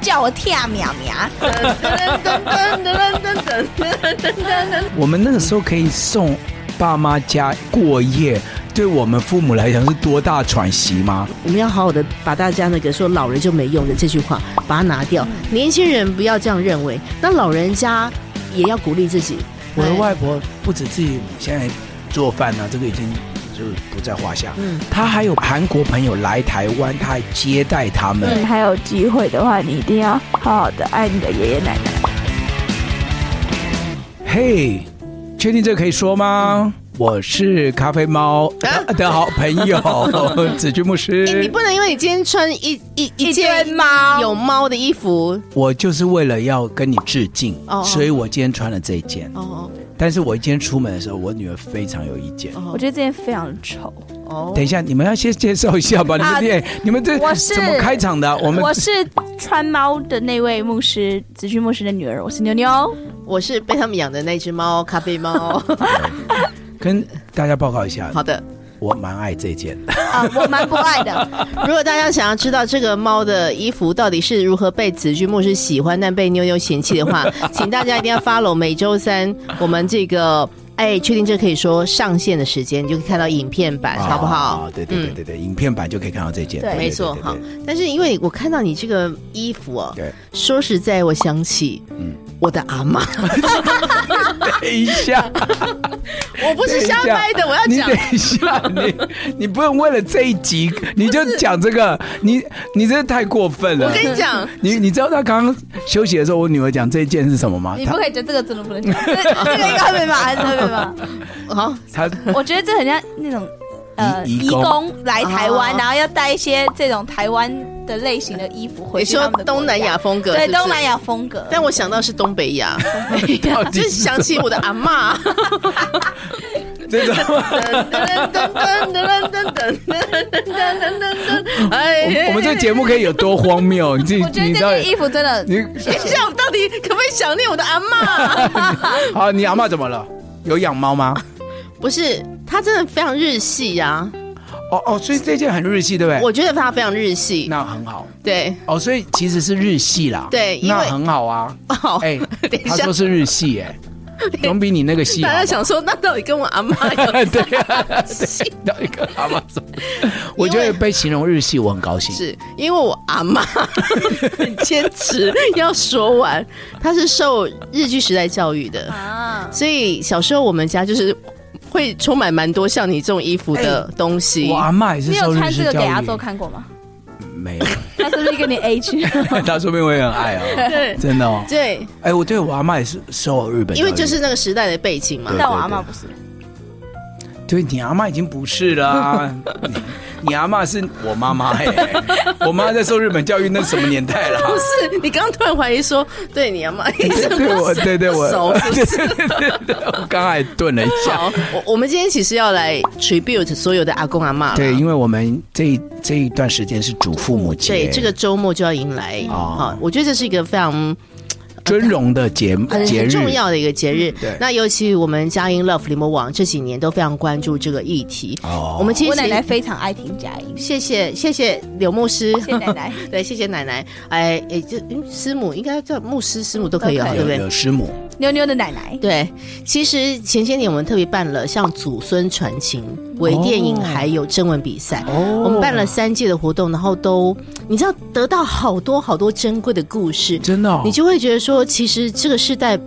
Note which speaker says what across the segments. Speaker 1: 叫我听啊喵喵。
Speaker 2: 我们那个时候可以送爸妈家过夜，对我们父母来讲是多大喘息吗？
Speaker 3: 我们要好好的把大家那个说老人就没用的这句话把它拿掉，
Speaker 1: 嗯
Speaker 3: 年轻人不要这样认为，那老人家也要鼓励自己。
Speaker 2: 我的外婆不止自己现在做饭呢、这个已经就是不在话下。
Speaker 3: 嗯
Speaker 2: 她还有韩国朋友来台湾，她还接待他们。
Speaker 4: 你还有机会的话，你一定要好好的爱你的爷爷奶奶。
Speaker 2: 嘿，确定这可以说吗？我是咖啡猫 的好朋 友子君牧
Speaker 3: 哎啊你
Speaker 2: 师，
Speaker 3: 不能因为你今天穿一一一
Speaker 1: 堆
Speaker 3: 件
Speaker 1: 猫
Speaker 3: 有猫的衣服，
Speaker 2: 我就是为了要跟你致敬
Speaker 3: 哦哦，
Speaker 2: 所以我今天穿了这一件。
Speaker 3: 哦
Speaker 2: 但是我今天出门的时候，我女儿非常有意见。
Speaker 4: 我觉得这件非常丑。
Speaker 3: 哦
Speaker 2: 等一下，你们要先介绍一 下吧。你
Speaker 4: 啊
Speaker 2: 们这、你们这
Speaker 4: 我是
Speaker 2: 怎么开场的啊？我们
Speaker 4: 我是穿猫的那位牧师，子君牧师的女儿，我是妞妞。
Speaker 3: 我是被他们养的那只猫，咖 啡猫。
Speaker 2: 跟大家报告一下，
Speaker 3: 好的，
Speaker 2: 我蛮爱这件。
Speaker 4: 啊，我蛮不爱的。
Speaker 3: 如果大家想要知道这个猫的衣服到底是如何被子君牧师喜欢但被妞妞嫌弃的话， 请大家一定要 follow 每周三我们这个。哎，确定这可以说上线的时间，你就可以看到影片版，哎好不好
Speaker 2: 啊？对对对对对，影片版就可以看到这件。
Speaker 4: 对
Speaker 3: 没错
Speaker 2: 对对
Speaker 3: 哈
Speaker 2: 对。
Speaker 3: 但是因为我看到你这个衣服哦，
Speaker 2: 对
Speaker 3: 说实在，我想起
Speaker 2: 嗯
Speaker 3: 我的阿 妈，
Speaker 2: 等一下，
Speaker 3: 我不是瞎掰的，我要
Speaker 2: 你
Speaker 3: 讲
Speaker 2: 等一下，你你不能为了这一集你就讲这个，你你真的太过分了。
Speaker 3: 我跟你 讲，
Speaker 2: 你你知道他刚刚休息的时候，我女儿讲这一件是什么吗？
Speaker 4: 你不
Speaker 2: 她
Speaker 4: 可以觉得这个真的不能 讲，这这个应该没吧？真的没吧？
Speaker 3: 好，
Speaker 2: 她
Speaker 4: 我觉得这很像那种呃
Speaker 2: 移
Speaker 4: 移
Speaker 2: 移工
Speaker 4: 工来台湾，
Speaker 3: 啊
Speaker 4: 然后要带一些这种台湾的类型的衣服回
Speaker 3: 你
Speaker 4: 去他
Speaker 3: 说
Speaker 4: 们的国家。
Speaker 3: 东南亚风格，
Speaker 4: 对
Speaker 3: 是不是
Speaker 4: 东南。亚风格，
Speaker 3: 但我想到是东北 亚，
Speaker 2: 到底
Speaker 3: 哎就是是想起我的阿妈。
Speaker 2: 这种。我们
Speaker 3: 哎，
Speaker 2: 我们这节目可以有多荒谬？你自己
Speaker 4: 我觉得
Speaker 2: 你
Speaker 4: 这
Speaker 2: 知道
Speaker 4: 件衣服真的
Speaker 2: 你
Speaker 3: 等一下，我到底可不可以想念我的阿妈？
Speaker 2: 好，你阿嬷怎么了？有养猫吗？
Speaker 3: 不是，她真的非常日系呀、
Speaker 2: 哦哦，所以这件很日系，对不对？
Speaker 3: 我觉得她非常日系。
Speaker 2: 那很好
Speaker 3: 对，
Speaker 2: 哦，所以其实是日系啦。
Speaker 3: 对因为
Speaker 2: 那很好啊。
Speaker 3: 好，
Speaker 2: 哎、
Speaker 3: 等一
Speaker 2: 他
Speaker 3: 下
Speaker 2: 说是日 系、哎，总比你那个系好
Speaker 3: 大。家想说，那到底跟我阿妈有
Speaker 2: 对 啊，对，到一个阿妈说，我觉得被形容日系，我很高兴。
Speaker 3: 是因为我阿妈很坚持要说完，她是受日剧时代教育的，
Speaker 4: 啊，
Speaker 3: 所以小时候我们家就是会充满蛮多像你这种衣服的东西。
Speaker 2: 我阿嬷也是
Speaker 4: 你
Speaker 2: 受
Speaker 4: 有
Speaker 2: 日
Speaker 4: 穿这
Speaker 2: 式
Speaker 4: 个给
Speaker 2: 教
Speaker 4: 阿周
Speaker 2: 育，
Speaker 4: 看过吗？
Speaker 2: 没有，
Speaker 4: 他是不是跟你 A 区？
Speaker 2: 他说不定会很爱哦，
Speaker 3: 对
Speaker 2: 真的哦。
Speaker 3: 对，
Speaker 2: 哎、我对我阿嬷也是受日本教育，
Speaker 3: 因为就是那个时代的背景嘛
Speaker 2: 对。
Speaker 4: 但我阿妈不是，
Speaker 2: 对你阿妈已经不是啦、 你你阿妈是我妈妈哎、 我妈在受日本教育，那什么年代啦？
Speaker 3: 不是，你刚刚突然怀疑说，对你阿 妈一直
Speaker 2: 对我，对对我，
Speaker 3: 熟是不
Speaker 2: 对
Speaker 3: 是？
Speaker 2: 对对对对，我刚才顿了一下
Speaker 3: 好。，我我们今天其实要来 tribute 所有的阿公阿妈
Speaker 2: 对，因为我们这一这一段时间是祖父母节，
Speaker 3: 对，这个周末就要迎来啊、
Speaker 2: 哦
Speaker 3: 好我觉得这是一个非常
Speaker 2: 尊荣的节
Speaker 3: 很
Speaker 2: 节
Speaker 3: 很
Speaker 2: 日，嗯
Speaker 3: 重要的一个节日。
Speaker 2: 对
Speaker 3: 那尤其我们佳音 Love 联盟网这几年都非常关注这个议题。
Speaker 2: 哦
Speaker 3: 我们其
Speaker 4: 我
Speaker 3: 实
Speaker 4: 奶奶非常爱听假音，
Speaker 3: 谢谢谢谢柳牧师，
Speaker 4: 谢谢奶奶。
Speaker 3: 对，谢谢奶奶。哎哎，这嗯师母应该叫牧师、师母都可以哦，
Speaker 4: 都可
Speaker 3: 对
Speaker 2: 有
Speaker 4: 以
Speaker 3: 不对？
Speaker 2: 有师母，
Speaker 4: 妞妞的奶奶，
Speaker 3: 对，其实前些年我们特别办了像祖孙传情、微电影
Speaker 2: 哦
Speaker 3: 还有征文比赛，
Speaker 2: 哦
Speaker 3: 我们办了三届的活动，然后都你知道得到好多好多珍贵的故事，
Speaker 2: 真的、哦，
Speaker 3: 你就会觉得说，其实这个世代。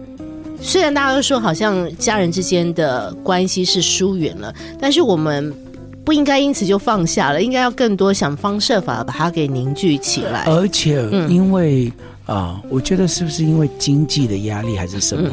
Speaker 3: 虽然大家都说好像家人之间的关系是疏远了，但是我们不应该因此就放下了，应该要更多想方设法把它给凝聚起来。
Speaker 2: 而且
Speaker 3: 嗯
Speaker 2: 因为啊、我觉得是不是因为经济的压力还是什么，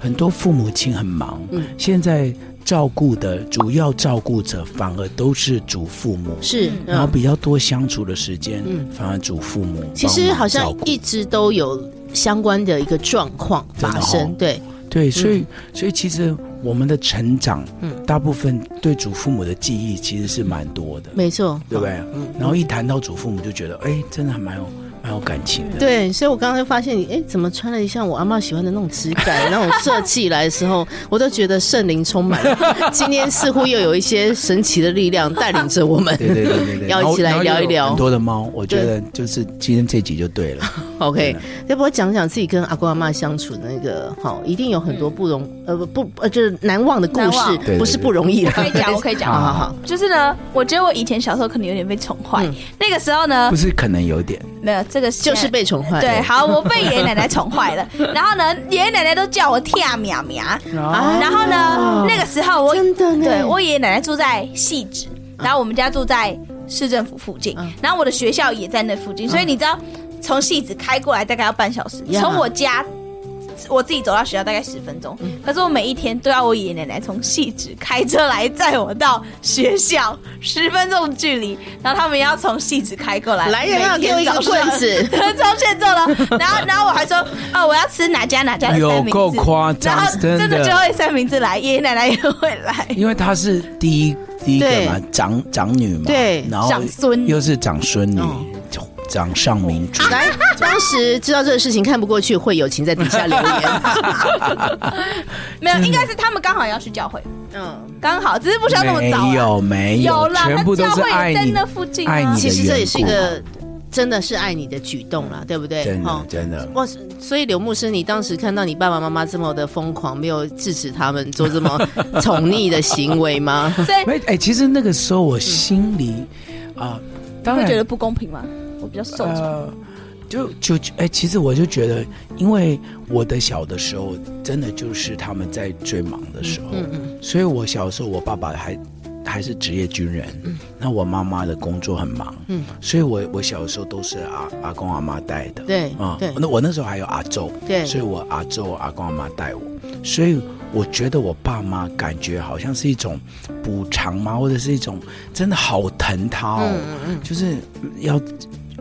Speaker 2: 很多父母亲很忙，
Speaker 3: 嗯
Speaker 2: 现在照顾的主要照顾者反而都是祖父母，
Speaker 3: 是，
Speaker 2: 然后
Speaker 3: 嗯，
Speaker 2: 比较多相处的时间，
Speaker 3: 嗯
Speaker 2: 反而祖父母
Speaker 3: 其
Speaker 2: 帮
Speaker 3: 实
Speaker 2: 忙
Speaker 3: 好像
Speaker 2: 照顾
Speaker 3: 一直都有相关的一个状况发
Speaker 2: 真的
Speaker 3: 生
Speaker 2: 哦，
Speaker 3: 对。
Speaker 2: 对，所以、所以其实我们的成长，
Speaker 3: 嗯
Speaker 2: 大部分对祖父母的记忆其实是蛮多的，
Speaker 3: 没错，
Speaker 2: 对不对？
Speaker 3: 嗯
Speaker 2: 然后一谈到祖父母，就觉得哎，真的还蛮有蛮有感情的。
Speaker 3: 对，所以我刚才发现你，哎，怎么穿了一像我阿妈喜欢的那种质感、那种设计来的时候，我都觉得圣灵充满 了。今天似乎又有一些神奇的力量带领着我们。
Speaker 2: 对对对对对，
Speaker 3: 要一起来
Speaker 2: 然
Speaker 3: 聊
Speaker 2: 后
Speaker 3: 一
Speaker 2: 然后又有
Speaker 3: 聊
Speaker 2: 很多的猫，我觉得就是今天这集就对 了。
Speaker 3: OK，要不我讲讲自己跟阿公阿妈相处的那个，好，一定有很多不容、呃不呃就是难忘的故
Speaker 4: 难忘
Speaker 3: 事，不是不容易啦。
Speaker 4: 可以讲，我可以
Speaker 3: 好
Speaker 4: 讲。
Speaker 3: 好好，
Speaker 4: 就是呢，我觉得我以前小时候可能有点被宠坏
Speaker 3: 嗯，
Speaker 4: 那个时候呢
Speaker 2: 不，是可能有点，
Speaker 4: 没有这个
Speaker 3: 就是
Speaker 4: 被。
Speaker 3: 被宠坏。
Speaker 4: 对，好，我被爷爷奶奶宠 坏了。然后呢，爷爷奶奶都叫我跳苗苗。
Speaker 3: 啊
Speaker 4: 然后呢，那个时候我
Speaker 3: 真的呢，
Speaker 4: 对我爷爷奶奶住在汐止，然后我们家住在市政府附近
Speaker 3: 嗯，
Speaker 4: 然后我的学校也在那附近，所以你知道，从汐止开过来大概要半小时，
Speaker 3: 呀
Speaker 4: 从我家。我自己走到学校大概十分
Speaker 3: 嗯
Speaker 4: 钟，可是我每一天都要我爷爷奶奶从汐止开车来载我到学校，十分钟的距离，然后他们也要从汐止开过来。
Speaker 3: 来人啊，
Speaker 4: 每
Speaker 3: 给我
Speaker 4: 天
Speaker 3: 一个
Speaker 4: 早上
Speaker 3: 棍 子。
Speaker 4: 超欠揍了。然后，然后我还说，哦，我要吃哪家哪家的三明治，
Speaker 2: 有够夸张
Speaker 4: 然后真
Speaker 2: 真
Speaker 4: 的
Speaker 2: 的
Speaker 4: 就会三明治来，爷爷奶奶也会来。
Speaker 2: 因为她是第一第一个嘛，长长女嘛，
Speaker 3: 对
Speaker 2: 然后
Speaker 4: 长孙哦
Speaker 2: 又是长孙女
Speaker 3: 嗯，
Speaker 2: 掌上明珠。
Speaker 3: 来，当时知道这个事情看不过去，会友情在底下留言。
Speaker 4: 没有，应该是他们刚好要去教会，
Speaker 3: 嗯，
Speaker 4: 刚好，只是不需要那么
Speaker 2: 没
Speaker 4: 早啊。
Speaker 2: 有没
Speaker 4: 有啦，
Speaker 2: 全部都
Speaker 4: 那
Speaker 2: 是
Speaker 4: 教会
Speaker 2: 爱
Speaker 4: 也在
Speaker 2: 你，
Speaker 4: 那附近啊。
Speaker 2: 爱你的
Speaker 3: 其实这也是一
Speaker 2: 缘
Speaker 3: 个真的是爱你的举动啦，对不对？
Speaker 2: 真
Speaker 3: 哦
Speaker 2: 的真的。
Speaker 4: 嗯
Speaker 3: 哇，所以刘牧师，你当时看到你爸爸妈妈这么的疯狂，没有制止他们做这么宠溺的行为 吗？
Speaker 4: 所以
Speaker 2: 没哎，其实那个时候我心里啊，当
Speaker 4: 嗯会
Speaker 2: 然
Speaker 4: 觉得不公平吗？我比较受宠。
Speaker 2: 呃，就就哎、其实我就觉得，因为我的小的时候，真的就是他们在最忙的时候，
Speaker 3: 嗯嗯
Speaker 2: 所以我小时候，我爸爸还还是职业军人，那我妈妈的工作很忙，
Speaker 3: 嗯，
Speaker 2: 所以我我小时候都是阿阿公阿妈带的，
Speaker 3: 对
Speaker 2: 啊、
Speaker 3: 对
Speaker 2: 那我那时候还有阿周，
Speaker 3: 对
Speaker 2: 所以我阿周阿公阿妈带我，所以我觉得我爸妈感觉好像是一种补偿嘛，或者是一种真的好疼他哦，
Speaker 3: 嗯嗯嗯，
Speaker 2: 就是要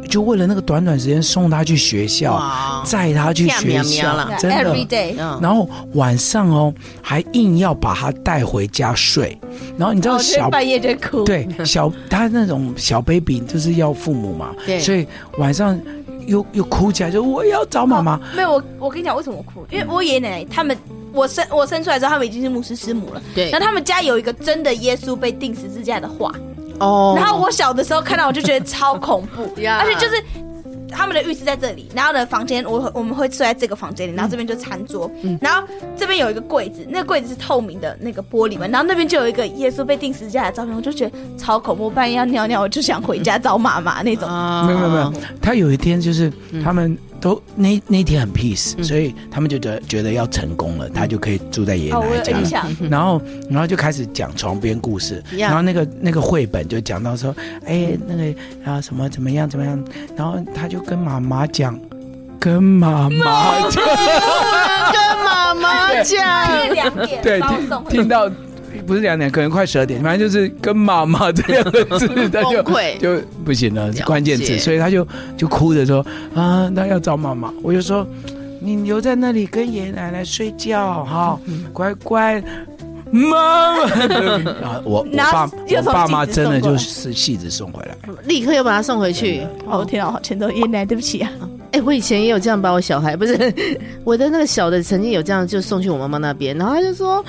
Speaker 2: 就为了那个短短时间送他去学校，
Speaker 3: 哇，
Speaker 2: 载他去学
Speaker 3: 跳喵喵
Speaker 2: 校
Speaker 3: 啦，
Speaker 2: 真的。
Speaker 4: ，every day，
Speaker 3: 嗯，
Speaker 2: 然后晚上哦，还硬要把他带回家睡。然后你知
Speaker 4: 然
Speaker 3: 哦
Speaker 2: 道
Speaker 4: 后
Speaker 2: 小、
Speaker 4: 哦半夜就哭。，
Speaker 2: 对小他那种小 baby 就是要父母嘛
Speaker 3: 对，
Speaker 2: 所以晚上又又哭起来，就我要找妈妈。
Speaker 4: 哦没有我，我跟你讲为什么我哭，因为我爷爷奶奶他们，我生我生出来之后，他们已经是牧师师母了。
Speaker 3: 对
Speaker 4: 那，他们家有一个真的耶稣被钉十字架的画，
Speaker 3: 哦
Speaker 4: 然后我小的时候看到，我就觉得超恐怖，
Speaker 3: 呀
Speaker 4: 而且就是。他们的浴室在这里，然后呢，房间我我们会睡在这个房间里，然后这边就餐桌，然后这边有一个柜子，那个柜子是透明的那个玻璃门，然后那边就有一个耶稣被钉十字架的照片，我就觉得超恐怖，半夜要尿尿，我就想回家找妈妈那种。
Speaker 3: 啊
Speaker 2: 没有没有没
Speaker 4: 哦
Speaker 2: 有，他有一天就是
Speaker 4: 嗯
Speaker 2: 他们都、那那一天很 peace，、所以他们就觉得觉得要成功了，他就可以住在爷爷
Speaker 4: 嗯哦，
Speaker 2: 奶
Speaker 4: 我
Speaker 2: 奶
Speaker 4: 有
Speaker 2: 家
Speaker 4: 印
Speaker 2: 了。
Speaker 4: 象，
Speaker 2: 然后，然后就开始讲床边故事
Speaker 3: Yeah
Speaker 2: 然后那个那个绘本就讲到说，哎，那个啊什么怎么样怎么样，然后他就跟妈妈讲，跟妈妈讲，
Speaker 3: 啊跟妈妈讲，
Speaker 4: 夜 两 点
Speaker 2: 对，
Speaker 4: 把我
Speaker 2: 听
Speaker 4: 送回
Speaker 2: 听到不是两点，可能快十二点，反正就是跟妈妈这两个字，他就
Speaker 3: 崩溃
Speaker 2: 就不行了，
Speaker 3: 解
Speaker 2: 是关键字，所以他就就哭着说啊，那要找妈妈，我就说。你留在那里跟爷爷奶奶睡觉哈，乖乖，妈妈。然后我我
Speaker 4: 然
Speaker 2: 爸
Speaker 4: 后又
Speaker 2: 我
Speaker 4: 从
Speaker 2: 爸妈
Speaker 4: 戏子送
Speaker 2: 真的
Speaker 4: 过
Speaker 2: 就
Speaker 4: 来
Speaker 2: 是戏子送回来，
Speaker 3: 立刻又把他送回去。
Speaker 4: 哦，我天啊，我好欠揍，爷爷奶奶，对不起啊。
Speaker 3: 哎、我以前也有这样把我小孩，不是 我的那个小的，曾经有这样就送去我妈妈那边，然后他就说，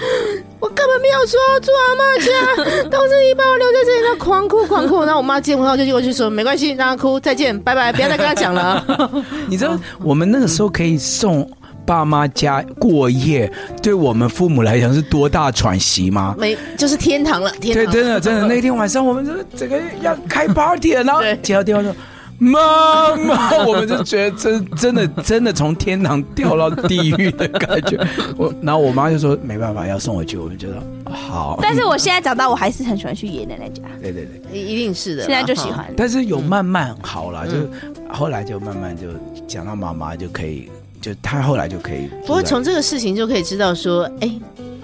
Speaker 3: 我根本没有说要住阿妈家，都是你把我留在这里，他狂哭狂哭。然后我妈见不到就过去说，没关系，让他哭，再见，拜拜，不要再跟他讲了 啊。
Speaker 2: 你知道我们那个时候可以送爸妈家过夜，对我们父母来讲是多大喘息吗？
Speaker 3: 没，就是天堂了，天
Speaker 2: 对，
Speaker 3: 堂。
Speaker 2: 真的真的，那天晚上我们就整个要开 party 了，然后
Speaker 3: 对
Speaker 2: 接到电话说。妈妈， 我们就觉得真真的真的从天堂掉到地狱的感觉。 我然后我妈就说没办法要送回去，我们觉得好。
Speaker 4: 但是我现在长大，我还是很喜欢去爷爷奶奶家，
Speaker 2: 对对对，
Speaker 3: 一一定是的啦。
Speaker 4: 现啊在就喜
Speaker 3: 哈。
Speaker 4: 欢。
Speaker 2: 但是有慢慢好了，就后来就慢慢就讲到妈妈就可以，就她后来就可以住在。
Speaker 3: 不过从这个事情就可以知道说，哎、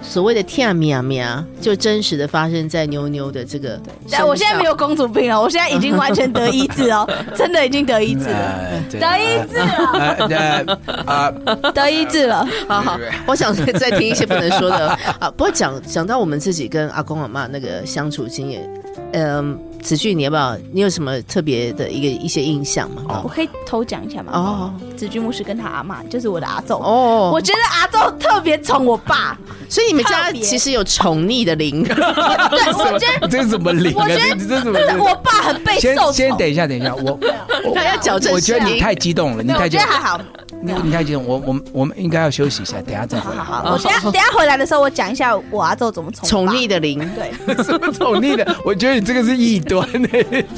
Speaker 3: 所谓的天咪啊咪啊，就真实的发生在妞妞的这个。
Speaker 4: 但我现在没有。公主病哦了，我现在已经完全得医治 哦，真的已经得医治了，
Speaker 2: 呃，对
Speaker 4: 得医治了，
Speaker 2: 呃 呃呃
Speaker 4: 得医治了。
Speaker 3: 好好，我想再听一些不能 说的啊。不过讲讲到我们自己跟阿公阿妈那个相处经验，嗯、子俊，你要不要？你有什么特别的一个一些印象吗？
Speaker 2: 哦
Speaker 4: 我可以偷讲一下吗？
Speaker 3: 哦
Speaker 4: 子君牧师跟他阿妈，就是我的阿
Speaker 3: 哦
Speaker 4: 昼。
Speaker 3: 哦，
Speaker 4: 我觉得阿昼特别宠我爸，
Speaker 3: 所以你们家
Speaker 4: 特别
Speaker 3: 其实有宠溺的灵，
Speaker 4: 对，我觉得
Speaker 2: 这是怎么领啊？
Speaker 4: 我觉
Speaker 2: 这
Speaker 4: 得
Speaker 2: 这是怎么
Speaker 4: 真的
Speaker 2: 领？
Speaker 4: 我爸很被
Speaker 2: 先
Speaker 4: 受
Speaker 2: 先
Speaker 4: 宠。
Speaker 2: 等一下，等一下，我我
Speaker 3: 他要矫正
Speaker 2: 我觉得
Speaker 3: 是
Speaker 2: 你
Speaker 3: 吗
Speaker 2: 太激动了，你
Speaker 4: 对，啊我
Speaker 2: 太激
Speaker 4: 觉得
Speaker 2: 动，
Speaker 4: 还好，
Speaker 2: 你你太激动，我我们我们应该要休息一下，等一下再
Speaker 4: 好
Speaker 2: 回来。
Speaker 4: 好好。我等下等下回来的时候，我讲一下我阿昼怎么宠
Speaker 3: 宠
Speaker 4: 我爸
Speaker 3: 溺。的灵。
Speaker 4: 对，
Speaker 2: 什么宠溺的？我觉得你这个是异端呢、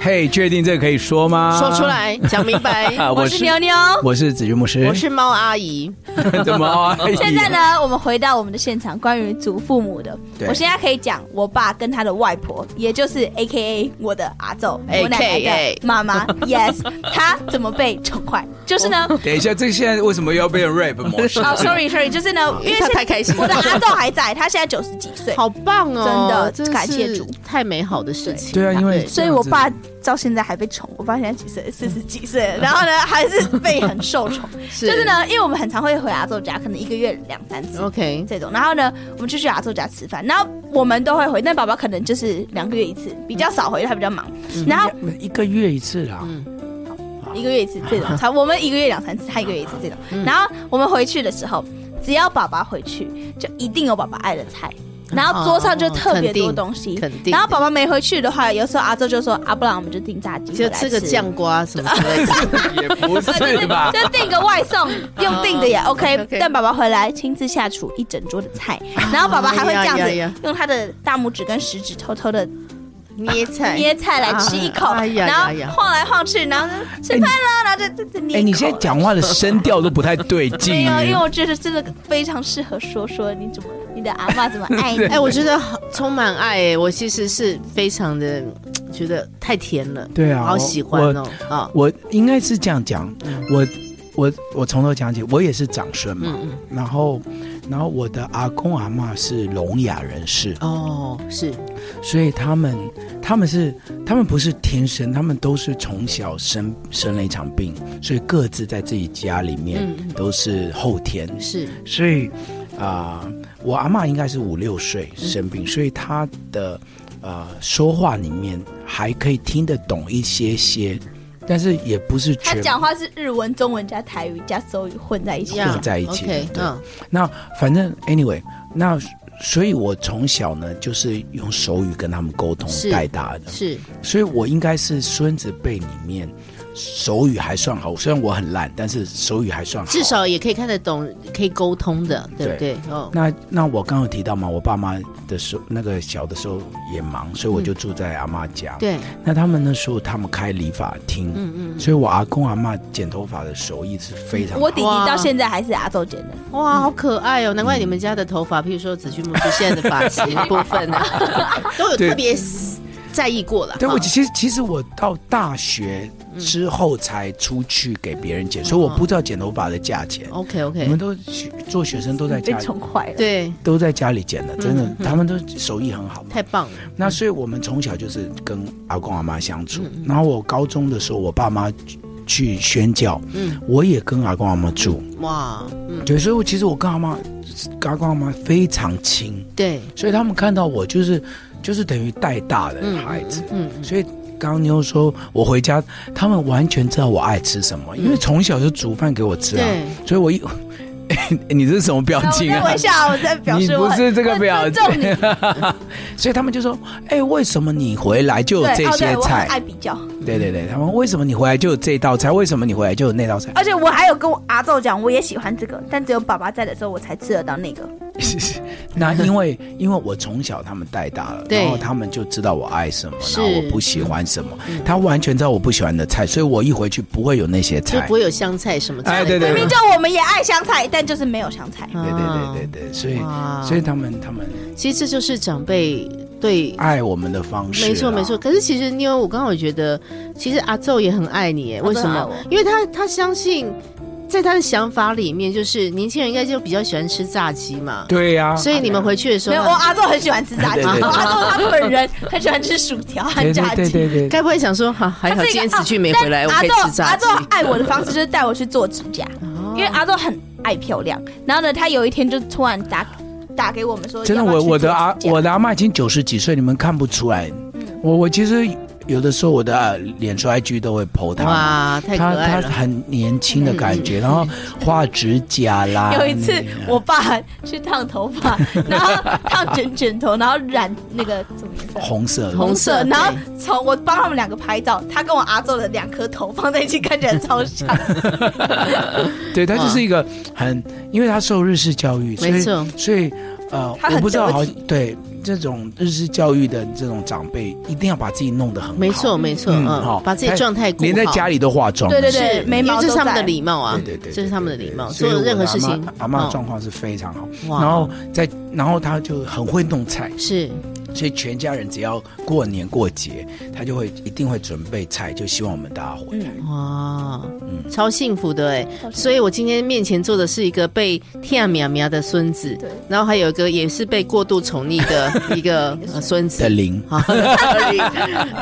Speaker 2: 嘿，确定这个可以说吗？
Speaker 3: 说出。来，讲明白。
Speaker 2: 啊，
Speaker 4: 我
Speaker 2: 我
Speaker 4: 是
Speaker 2: 是
Speaker 4: 妞妞。
Speaker 2: 我是子君牧师，
Speaker 3: 我是猫阿姨，
Speaker 2: 怎么啊？
Speaker 4: 现在呢，我们回到我们的现场，关于祖父母的，
Speaker 2: 对
Speaker 4: 我现在可以讲我爸跟他的外婆，也就是 A K A 我的阿昼，
Speaker 3: AKA
Speaker 4: 我奶奶的妈妈，Yes，他怎么被宠坏？就是呢，
Speaker 2: 等一下，这现在为什么要变 rap 模 式？
Speaker 4: 哦，sorry sorry，就是呢，因为
Speaker 3: 他
Speaker 4: 现
Speaker 3: 太
Speaker 4: 在
Speaker 3: 开心
Speaker 4: 我的
Speaker 3: 了，
Speaker 4: 阿昼还在，他现在九十几岁，
Speaker 3: 好棒哦！
Speaker 4: 真的
Speaker 3: 是
Speaker 4: 感谢主，
Speaker 3: 太美好的事情。
Speaker 2: 对啊，因为
Speaker 4: 所以我爸到现在还被宠。我爸现在几岁？四十几岁了，然后呢，还是被很受宠。
Speaker 3: 是
Speaker 4: 就是呢，因为我们很常会回阿昼家，可能一个月两三次。
Speaker 3: ，OK，
Speaker 4: 这种。然后呢，我们就去阿昼家吃饭，然后我们都会回，但爸爸可能就是两个月一次，比较少回，他比较忙。然后 嗯
Speaker 2: 一个月一次啊啦，
Speaker 4: 一个月一次这种，差不多我们一个月两三次，他一个月一次这种。
Speaker 3: 嗯
Speaker 4: 然后我们回去的时候，只要爸爸回去，就一定有爸爸爱的菜，然后桌上就特别多东西。
Speaker 3: 嗯哦肯定。
Speaker 4: 然后爸爸没回去的话，有时候阿周就说：“啊，不然我们就订炸鸡，
Speaker 3: 就吃个酱瓜什么之类的，
Speaker 2: 也不是吧？
Speaker 4: 就订个外送，用订的也 OK，
Speaker 3: 哦 OK，OK
Speaker 4: 但爸爸回来亲自下厨一整桌的 菜，然后爸爸还会这样
Speaker 3: 哎呀呀呀
Speaker 4: 子用他的大拇指跟食指偷偷的
Speaker 3: 捏菜
Speaker 4: 捏菜来吃一口，
Speaker 3: 哎呀
Speaker 4: 然
Speaker 3: 呀呀
Speaker 4: 后晃来晃去，然后就吃饭了，然后就就就捏一口。
Speaker 2: 哎，你现在讲话的声调都不太对
Speaker 4: 没
Speaker 2: 劲
Speaker 4: 有，
Speaker 2: 哎，
Speaker 4: 因为我觉得这个非常适合说说你怎么你的阿妈怎么爱 你
Speaker 2: 对。
Speaker 3: 哎，我觉得好充满爱哎，我其实是非常的觉得太甜了，
Speaker 2: 对啊，
Speaker 3: 好
Speaker 2: 我
Speaker 3: 喜欢哦啊，
Speaker 2: 我应该是这样讲，我我我从头讲起，我也是长孙嘛，
Speaker 3: 嗯嗯，
Speaker 2: 然后然后我的阿公阿嬷是聋哑人士，
Speaker 3: 哦，是
Speaker 2: 所以他们他们是他们不是天生，他们都是从小生生了一场病，所以各自在自己家里面
Speaker 3: 嗯嗯
Speaker 2: 都是后天，
Speaker 3: 是，
Speaker 2: 所以啊、我阿嬷应该是五六岁生病，所以她的呃说话里面还可以听得懂一些些。但是也不是
Speaker 4: 他
Speaker 2: 全部。
Speaker 4: 讲话是日文、中文加台语加手语混在一起。
Speaker 2: 呀在一起的
Speaker 3: OK，
Speaker 2: 对
Speaker 3: 嗯，
Speaker 2: 那反正 anyway，那所以我从小呢就是用手语跟他们沟通
Speaker 3: 是
Speaker 2: 带大的，
Speaker 3: 是
Speaker 2: 所以我应该是孙子辈里面手语还算好，虽然我很烂，但是手语还算好。
Speaker 3: 至少也可以看得懂，可以沟通的，对不对？哦，
Speaker 2: 那那我刚刚有提到嘛，我爸妈的时候，那个小的时候也忙，所以我就住在阿妈家。
Speaker 3: 对，
Speaker 2: 那他们那时候他们开理发厅，
Speaker 3: 嗯嗯
Speaker 2: 所以我阿公阿妈剪头发的手艺是非常好。
Speaker 4: 我弟弟到现在还是阿周剪的，
Speaker 3: 哇，好可爱哦！难怪你们家的头发，譬如说子君牧师现在的发型部分呢， 都有
Speaker 2: 对
Speaker 3: 特别在意过了。
Speaker 2: 对，
Speaker 3: 啊
Speaker 2: 我其实其实我到大学之后才出去给别人
Speaker 3: 嗯
Speaker 2: 剪，所以我不知道剪头发的价钱。
Speaker 3: OK
Speaker 2: 我们
Speaker 3: OK，
Speaker 2: 都学做学生都在
Speaker 4: 被
Speaker 2: 家里，
Speaker 4: 宠坏了。
Speaker 3: 对，
Speaker 2: 都在家里剪的，
Speaker 3: 嗯
Speaker 2: 真的，他们都手艺很好嘛。
Speaker 3: 太棒了，
Speaker 2: 那所以我们从小就是跟阿公阿妈相处。
Speaker 3: 嗯
Speaker 2: 然后我高中的时候，我爸妈去去宣教，
Speaker 3: 嗯
Speaker 2: 我也跟阿公阿妈住。
Speaker 3: 哇，嗯，
Speaker 2: 对，所以我其实我跟阿妈、跟阿公阿妈非常亲，
Speaker 3: 对，
Speaker 2: 所以他们看到我就是就是等于带大的孩子。
Speaker 3: 嗯，嗯
Speaker 2: 所以刚刚妞说，我回家，他们完全知道我爱吃什
Speaker 4: 嗯
Speaker 2: 么，因为从小就煮饭给我吃啊。
Speaker 3: 对
Speaker 2: 所以我一， 你这是什么表
Speaker 4: 那我
Speaker 2: 情
Speaker 4: 在
Speaker 2: 啊
Speaker 4: 微？笑，我在表
Speaker 2: 你
Speaker 4: 示我
Speaker 2: 不
Speaker 4: 很
Speaker 2: 是这个
Speaker 4: 我很
Speaker 2: 表
Speaker 4: 尊重你
Speaker 2: 情， 所以他们就说：“哎、为什么你回来就有
Speaker 4: 对，
Speaker 2: 这
Speaker 4: 哦，对
Speaker 2: 些
Speaker 4: 我很
Speaker 2: 菜？
Speaker 4: 爱比较。
Speaker 2: 对对对，他们为什么你回来就有这道菜？为什么你回来就有那道菜？
Speaker 4: 而且我还有跟我阿昼讲，我也喜欢这个，但只有爸爸在的时候我才吃得到那个。
Speaker 2: 那 因为因为我从小他们带大了，
Speaker 3: 对
Speaker 2: 然后他们就知道我爱什么，
Speaker 3: 是嗯
Speaker 2: 然后我不喜欢什么，他完全知道我不喜欢的菜，所以我一回去不会有那些
Speaker 3: 就
Speaker 2: 菜
Speaker 3: 不。会有香菜什么之类的。
Speaker 2: 哎对对
Speaker 4: 明明就我们也爱香菜，但就是没有香 菜。
Speaker 2: 对对对对对，所以
Speaker 3: 啊哇
Speaker 2: 所以他们他们
Speaker 3: 啊其实这就是长辈对
Speaker 2: 爱我们的方式啦，啊
Speaker 3: 没错没错，可是其实妞，我刚好觉得，其实阿昼也很爱你耶，
Speaker 4: 阿昼
Speaker 3: 为什
Speaker 4: 很爱
Speaker 3: 么
Speaker 4: 我？
Speaker 3: 因为他他相信，在他的想法里面，就是年轻人应该就比较喜欢吃炸鸡嘛，
Speaker 2: 对啊呀、
Speaker 3: 所以你们回去的时
Speaker 4: 没有，我
Speaker 3: 候，
Speaker 2: 啊
Speaker 4: 阿昼很喜欢吃炸鸡，
Speaker 2: 对对对
Speaker 4: 我阿昼他本人很喜欢吃薯条和
Speaker 2: 对
Speaker 4: 炸
Speaker 2: 对对
Speaker 4: 鸡。
Speaker 2: 对对，
Speaker 3: 该不会想说，哈、还好
Speaker 4: 他是
Speaker 3: 今
Speaker 4: 一个
Speaker 3: 天子俊没回来，
Speaker 4: 哦
Speaker 3: 我
Speaker 4: 但
Speaker 3: 可以吃炸鸡哦
Speaker 4: 阿昼。阿昼爱我的方式就是带我去做指甲，因为阿昼很爱漂亮。然后呢，他有一天就突然打打给我们说，
Speaker 2: 真的，
Speaker 4: 要不要
Speaker 2: 我
Speaker 4: 去
Speaker 2: 我
Speaker 4: 做
Speaker 2: 的阿
Speaker 4: 指甲
Speaker 2: 我的阿妈已经九十几岁，你们看不出来。我我其实有的时候我的啊脸书 IG 都会 PO 她嘛，
Speaker 3: 哦哇，太可
Speaker 2: 她
Speaker 3: 爱
Speaker 2: 她
Speaker 3: 了。嗯
Speaker 2: 很年轻的感觉，然后画指甲 啦。
Speaker 4: 有一次
Speaker 2: 那个
Speaker 4: 我爸去烫头发，然后烫卷卷头，然后染那个什么颜色？
Speaker 2: 红色的
Speaker 3: 红色
Speaker 4: 然后
Speaker 3: 对
Speaker 4: 从我帮他们两个拍照，他跟我阿周的两颗头放在一起，看起来超 像。
Speaker 2: 对他就是一个很，因为他受日式教育，所
Speaker 3: 没
Speaker 2: 以
Speaker 3: 错
Speaker 2: 所以呃，
Speaker 4: 他很
Speaker 2: 我不知道好
Speaker 4: 得体
Speaker 2: 对这种日式教育的这种长辈，一定要把自己弄得很好，
Speaker 3: 没错，没错，
Speaker 2: 嗯好
Speaker 3: 嗯，把自己
Speaker 2: 他
Speaker 3: 状态顾好，
Speaker 2: 连在家里都化妆，
Speaker 4: 对对
Speaker 2: 是
Speaker 4: 对
Speaker 3: 是，
Speaker 4: 眉毛
Speaker 3: 因为这是
Speaker 4: 都
Speaker 3: 他们
Speaker 4: 在
Speaker 3: 的礼貌啊
Speaker 2: 对，对对，
Speaker 3: 这是他们的礼貌，做
Speaker 2: 所以我
Speaker 3: 任何
Speaker 2: 的阿
Speaker 3: 事
Speaker 2: 嬷
Speaker 3: 情，
Speaker 2: 阿妈
Speaker 3: 嗯
Speaker 2: 状况是非常好，
Speaker 3: 哇
Speaker 2: 然后在然后他就很会弄菜，
Speaker 3: 是
Speaker 2: 所以全家人只要过年过节，他就会一定会准备菜，就希望我们大家回来。
Speaker 4: 嗯，
Speaker 3: 哇，
Speaker 2: 嗯
Speaker 3: 超幸福的哎
Speaker 4: 超幸！福
Speaker 3: 所以我今天面前坐的是一个被天啊苗苗的孙子，
Speaker 4: 对
Speaker 3: 然后还有一个也是被过度宠溺 的一个呃孙子
Speaker 2: 的。零，
Speaker 3: 好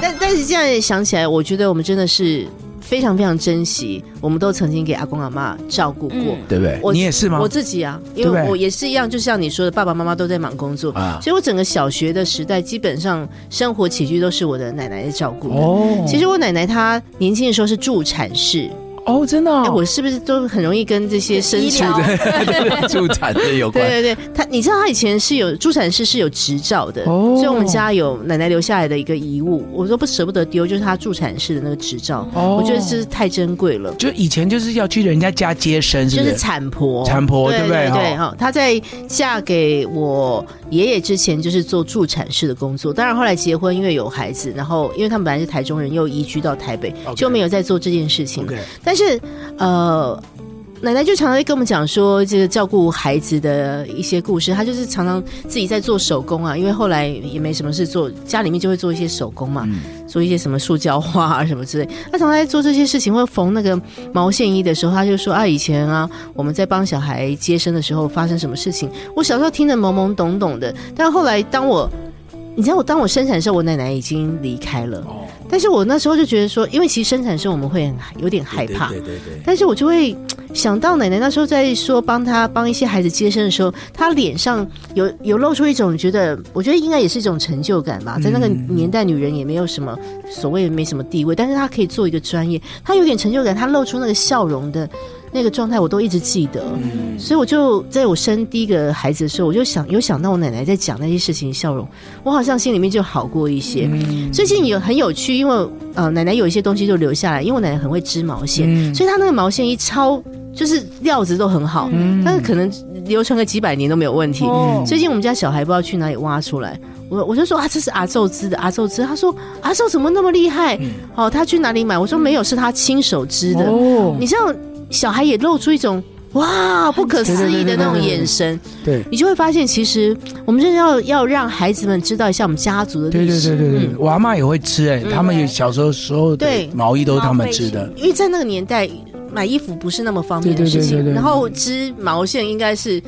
Speaker 3: 但但是现在想起来，我觉得我们真的是非常非常珍惜，我们都曾经给阿公阿妈照顾过。
Speaker 4: 嗯
Speaker 2: 对不对？
Speaker 3: 我
Speaker 2: 你也是吗
Speaker 3: 我？自己啊，因
Speaker 2: 对不
Speaker 3: 为
Speaker 2: 对
Speaker 3: 我也是一样，就像你说的，爸爸妈妈都在忙工作，
Speaker 2: 啊
Speaker 3: 所以我整个小学的时代，基本上生活起居都是我的奶奶在照顾的。
Speaker 2: 哦，
Speaker 3: 其实我奶奶她年轻的时候是助产士，
Speaker 2: 哦，真的哦，
Speaker 3: 哎，我是不是都很容易跟这些生
Speaker 4: 医
Speaker 3: 产？
Speaker 4: 疗
Speaker 2: 助产的有关。
Speaker 3: 对对对，她你知道她以前是有助产士是有执照的，
Speaker 2: 哦
Speaker 3: 所以我们家有奶奶留下来的一个遗物，我都不舍不得丢，就是她助产士的那个执照，
Speaker 2: 哦
Speaker 3: 我觉得这是太珍贵了。
Speaker 2: 就以前就是要去人家家接生，是
Speaker 3: 就
Speaker 2: 不
Speaker 3: 是
Speaker 2: 是？
Speaker 3: 产婆，
Speaker 2: 产婆对
Speaker 3: 对
Speaker 2: 不对哦
Speaker 3: 对
Speaker 2: 哈
Speaker 3: 哈，她在嫁给我爷爷之前就是做助产士的工作，当然后来结婚，因为有孩子，然后因为他们本来是台中人，又移居到台北
Speaker 2: OK
Speaker 3: 就没有在做这件事情。
Speaker 2: OK，
Speaker 3: 但是呃，奶奶就常常会跟我们讲说，这个照顾孩子的一些故事。她就是常常自己在做手工啊，因为后来也没什么事做，家里面就会做一些手工嘛，做一些什么塑胶画啊什么之类。她常常在做这些事情，或者缝那个毛线衣的时候，她就说啊，以前啊，我们在帮小孩接生的时候发生什么事情，我小时候听得懵懵懂懂的，但后来当我。你知道我当我生产的时候，我奶奶已经离开了。
Speaker 2: 哦
Speaker 3: 但是我那时候就觉得说，因为其实生产的时候我们会很有点害怕，
Speaker 2: 对对对对，
Speaker 3: 但是我就会想到奶奶那时候在说帮她帮一些孩子接生的时候，她脸上有有露出一种觉得，我觉得应该也是一种成就感
Speaker 2: 嗯
Speaker 3: 吧。在那个年代，女人也没有什么所谓没什么地位，但是她可以做一个专业，她有点成就感，她露出那个笑容的那个状态，我都一直记得。所以我就在我生第一个孩子的时候，我就想有想到我奶奶在讲那些事情的笑容，我好像心里面就好过一些。最近有很有趣，因为呃奶奶有一些东西就留下来，因为我奶奶很会织毛线，所以她那个毛线衣超就是料子都很好，但是可能流传个几百年都没有问题。
Speaker 4: 哦
Speaker 3: 最近我们家小孩不知道去哪里挖出来，我我就说啊，这是阿宙织的，阿宙织。他说阿宙怎么那么厉害？哦，他去哪里买？我说没有，是他亲手织的。
Speaker 2: 哦，
Speaker 3: 你知道，小孩也露出一种哇不可思议的那种眼神，
Speaker 2: 对
Speaker 3: 你就会发现，其实我们真的要要让孩子们知道一下我们家族的
Speaker 2: 对
Speaker 3: 历
Speaker 2: 对
Speaker 3: 史。
Speaker 2: 对对对，
Speaker 3: 嗯
Speaker 2: 我阿妈也会吃哎，他们有小时候时候的
Speaker 3: 对
Speaker 2: 毛衣都是他们织的，
Speaker 3: 因为在那个年代，买衣服不是那么方便的
Speaker 2: 对对
Speaker 3: 事
Speaker 2: 对
Speaker 3: 情，
Speaker 2: 对对对
Speaker 3: 然后织毛线应该是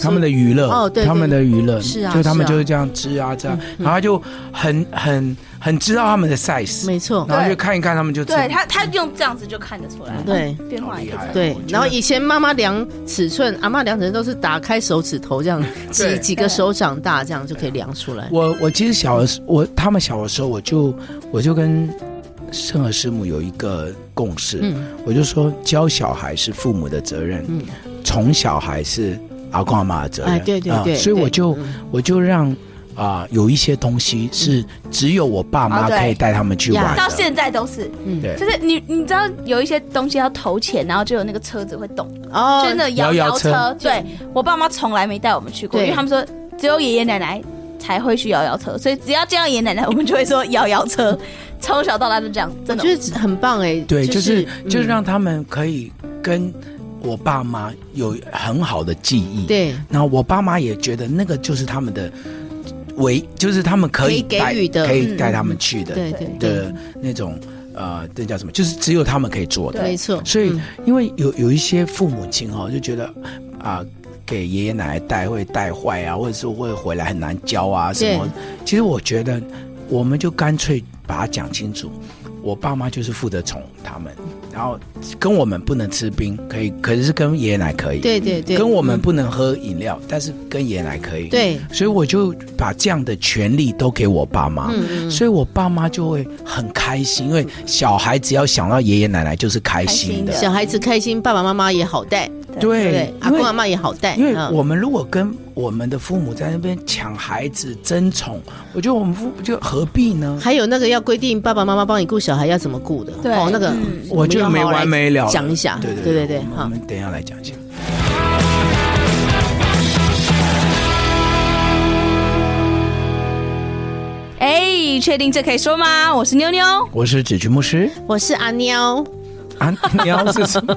Speaker 2: 他们的娱乐
Speaker 3: 哦对对
Speaker 2: 他们的娱乐
Speaker 3: 是啊
Speaker 2: 就他
Speaker 3: 是啊
Speaker 2: 们
Speaker 3: 嗯
Speaker 2: 就是这样织啊这样，然后就很很很知道他们的 size，
Speaker 3: 没错，
Speaker 2: 然后就看一看他们就知道
Speaker 4: 对他，他用这样子就看得出来，
Speaker 3: 对
Speaker 4: 变化也不
Speaker 2: 好厉害
Speaker 4: 错。
Speaker 3: 对
Speaker 2: 我觉，得
Speaker 3: 然后以前妈妈量尺寸，阿妈量尺寸都是打开手指头这样几
Speaker 2: 对
Speaker 3: 几个手掌大，这样就可以量出来。
Speaker 2: 我我其实小的时我他们小的时候，我就我就跟圣和师母有一个共识，
Speaker 3: 嗯
Speaker 2: 我就说教小孩是父母的责任，
Speaker 3: 嗯，
Speaker 2: 宠小孩是阿公阿妈的责任，
Speaker 3: 哎对对
Speaker 2: 啊
Speaker 3: 对
Speaker 2: 所以我
Speaker 3: 对
Speaker 2: 就、
Speaker 3: 嗯
Speaker 2: 我就让啊、有一些东西是只有我爸妈
Speaker 4: 哦对
Speaker 2: 可以带他们去
Speaker 3: 呀
Speaker 2: 玩的，
Speaker 4: 到现在都是，
Speaker 3: 嗯
Speaker 2: 对
Speaker 4: 就是你你知道有一些东西要投钱，然后就有那个车子会动，
Speaker 3: 哦，
Speaker 4: 真的摇
Speaker 2: 摇摇
Speaker 4: 摇
Speaker 2: 车
Speaker 4: 车。对我爸妈从来没带我们去过，
Speaker 3: 对
Speaker 4: 因为他们说只有爷爷奶奶才会去摇摇车，所以只要见到爷爷奶奶，我们就会说摇摇车。 从小到大就这样，真
Speaker 3: 我
Speaker 4: 的
Speaker 3: 觉得很棒哎、
Speaker 2: 对，就是
Speaker 3: 嗯
Speaker 2: 就是让他们可以跟我爸妈有很好的记忆，
Speaker 3: 对
Speaker 2: 然后我爸妈也觉得那个就是他们的唯，就是他们可以
Speaker 3: 可以
Speaker 2: 带
Speaker 3: 给予的嗯
Speaker 2: 可以带他们去的，
Speaker 3: 对对对，
Speaker 2: 的那种呃，这叫什么？就是只有他们可以做的。
Speaker 3: 没错。
Speaker 2: 所以
Speaker 3: 嗯，
Speaker 2: 因为有有一些父母亲哦，就觉得啊、给爷爷奶奶带会带坏啊，或者是会回来很难教啊什么。其实我觉得，我们就干脆把它讲清楚。我爸妈就是负责宠他们，然后跟我们不能吃冰，可以，可是跟爷爷奶可以。
Speaker 3: 对对对，
Speaker 2: 跟我们不能喝饮料，但是跟爷爷奶可以。，
Speaker 3: 对，
Speaker 2: 所以我就把这样的权利都给我爸妈。
Speaker 3: 嗯嗯，
Speaker 2: 所以，我爸妈就会很开心，因为小孩只要想到爷爷奶奶就是开心的。
Speaker 4: 开心
Speaker 3: 小孩子开心，爸爸妈妈也好带，对不
Speaker 2: 对
Speaker 3: 对，，阿
Speaker 2: 因为
Speaker 3: 公阿妈也好带，
Speaker 2: 因为
Speaker 3: 嗯
Speaker 2: 我们如果跟我们的父母在那边抢孩子、争宠，我觉得我们父就何必呢？
Speaker 3: 还有那个要规定爸爸妈妈帮你顾小孩要怎么顾的，
Speaker 4: 对
Speaker 3: 哦，那个
Speaker 4: 嗯
Speaker 2: 我觉得没完没了了。
Speaker 3: 讲一下，
Speaker 2: 对
Speaker 3: 对
Speaker 2: 对
Speaker 3: 对
Speaker 2: 对
Speaker 3: 对，
Speaker 2: 我们我
Speaker 3: 好，
Speaker 2: 们等一下来讲一下。
Speaker 4: 哎，确定这可以说吗？我是妞妞，
Speaker 2: 我是子君牧师
Speaker 3: 我是阿喵，
Speaker 2: 啊，你要是什么？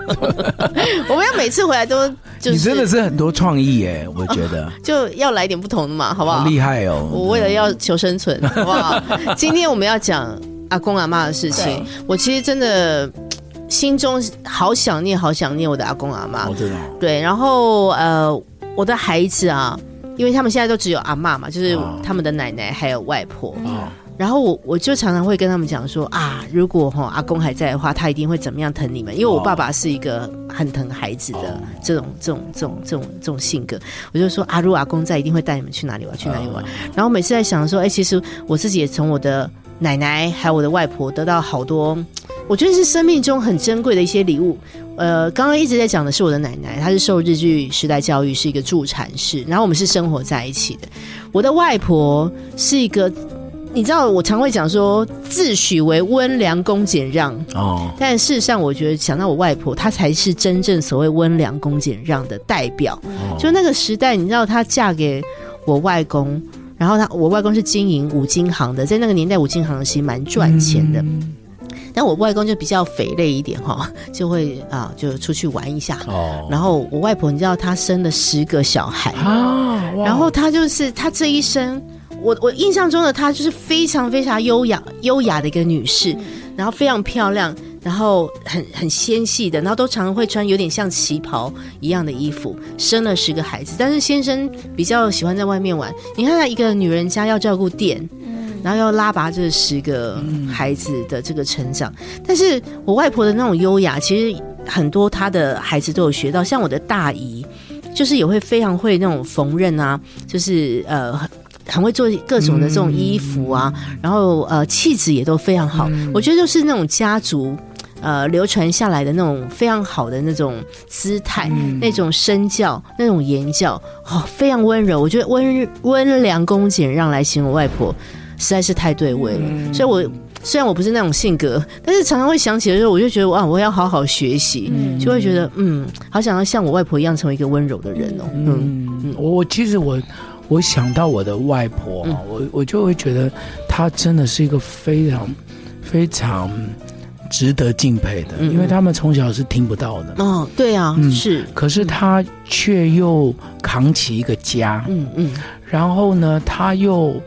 Speaker 3: 我们要每次回来都就
Speaker 2: 你真的
Speaker 3: 是
Speaker 2: 是很多创意耶，我觉得
Speaker 3: 就要来点不同的嘛，好不
Speaker 2: 好
Speaker 3: 好？
Speaker 2: 厉害哦。
Speaker 3: 我为了要求生存，好不 好？今天我们要讲阿公阿妈的事情
Speaker 4: 对，
Speaker 3: 我其实真的心中好想念，好想念我的阿公阿妈。
Speaker 2: 我知道，
Speaker 3: 对，然后呃，我的孩子啊，因为他们现在都只有阿嬷嘛，就是
Speaker 2: 哦
Speaker 3: 他们的奶奶还有外婆。
Speaker 2: 哦
Speaker 3: 然后我我就常常会跟他们讲说啊，如果哈、阿公还在的话，他一定会怎么样疼你们，因为我
Speaker 2: 哦
Speaker 3: 爸爸是一个很疼孩子的
Speaker 2: 哦
Speaker 3: 这种这种这种这种这种性格。我就说啊，如果阿公在，一定会带你们去哪里
Speaker 2: 哦
Speaker 3: 玩，去哪里玩。然后每次在想说，哎，其实我自己也从我的奶奶还有我的外婆得到好多，我觉得是生命中很珍贵的一些礼物。呃，刚刚一直在讲的是我的奶奶，她是受日据时代教育，是一个助产士，然后我们是生活在一起的。我的外婆是一个，你知道，我常会讲说自诩为温良恭俭让，
Speaker 2: 哦，
Speaker 3: 但事实上，我觉得想到我外婆，她才是真正所谓温良恭俭让的代表。
Speaker 2: 哦
Speaker 3: 就那个时代，你知道她嫁给我外公，然后她我外公是经营五金行的，在那个年代五金行其实蛮赚钱的。
Speaker 2: 嗯
Speaker 3: 但我外公就比较肥累一点哈， 就会啊就出去玩一下。
Speaker 2: 哦，
Speaker 3: 然后我外婆，你知道她生了十个小孩，
Speaker 2: 啊，哇
Speaker 3: 然后她就是她这一生。我我印象中的她就是非常非常优雅优雅的一个女士，然后非常漂亮，然后很很纤细的，然后都常常会穿有点像旗袍一样的衣服，生了十个孩子，但是先生比较喜欢在外面玩。你看，她一个女人家要照顾店，然后要拉拔这十个孩子的这个成长，但是我外婆的那种优雅，其实很多她的孩子都有学到，像我的大姨，就是也会非常会那种缝纫啊，就是呃。很很会做各种的这种衣服啊，然后呃气质也都非常好，我觉得就是那种家族呃流传下来的那种非常好的那种姿态，那种身教、那种言教，哦，非常温柔。我觉得温温良恭俭让来形容外婆，实在是太对味了。所以我虽然我不是那种性格，但是常常会想起的时候，我就觉得哇，我要好好学习，就会觉得嗯，好想要像我外婆一样成为一个温柔的人哦。嗯，
Speaker 2: 嗯，我我其实我我想到我的外婆啊，
Speaker 3: 嗯
Speaker 2: 我我就会觉得她真的是一个非常非常值得敬佩的，
Speaker 3: 嗯嗯
Speaker 2: 因为他们从小是听不到的，
Speaker 3: 哦，对啊，
Speaker 2: 嗯
Speaker 3: 是，
Speaker 2: 可是她却又扛起一个家，
Speaker 3: 嗯嗯，
Speaker 2: 然后呢，她又。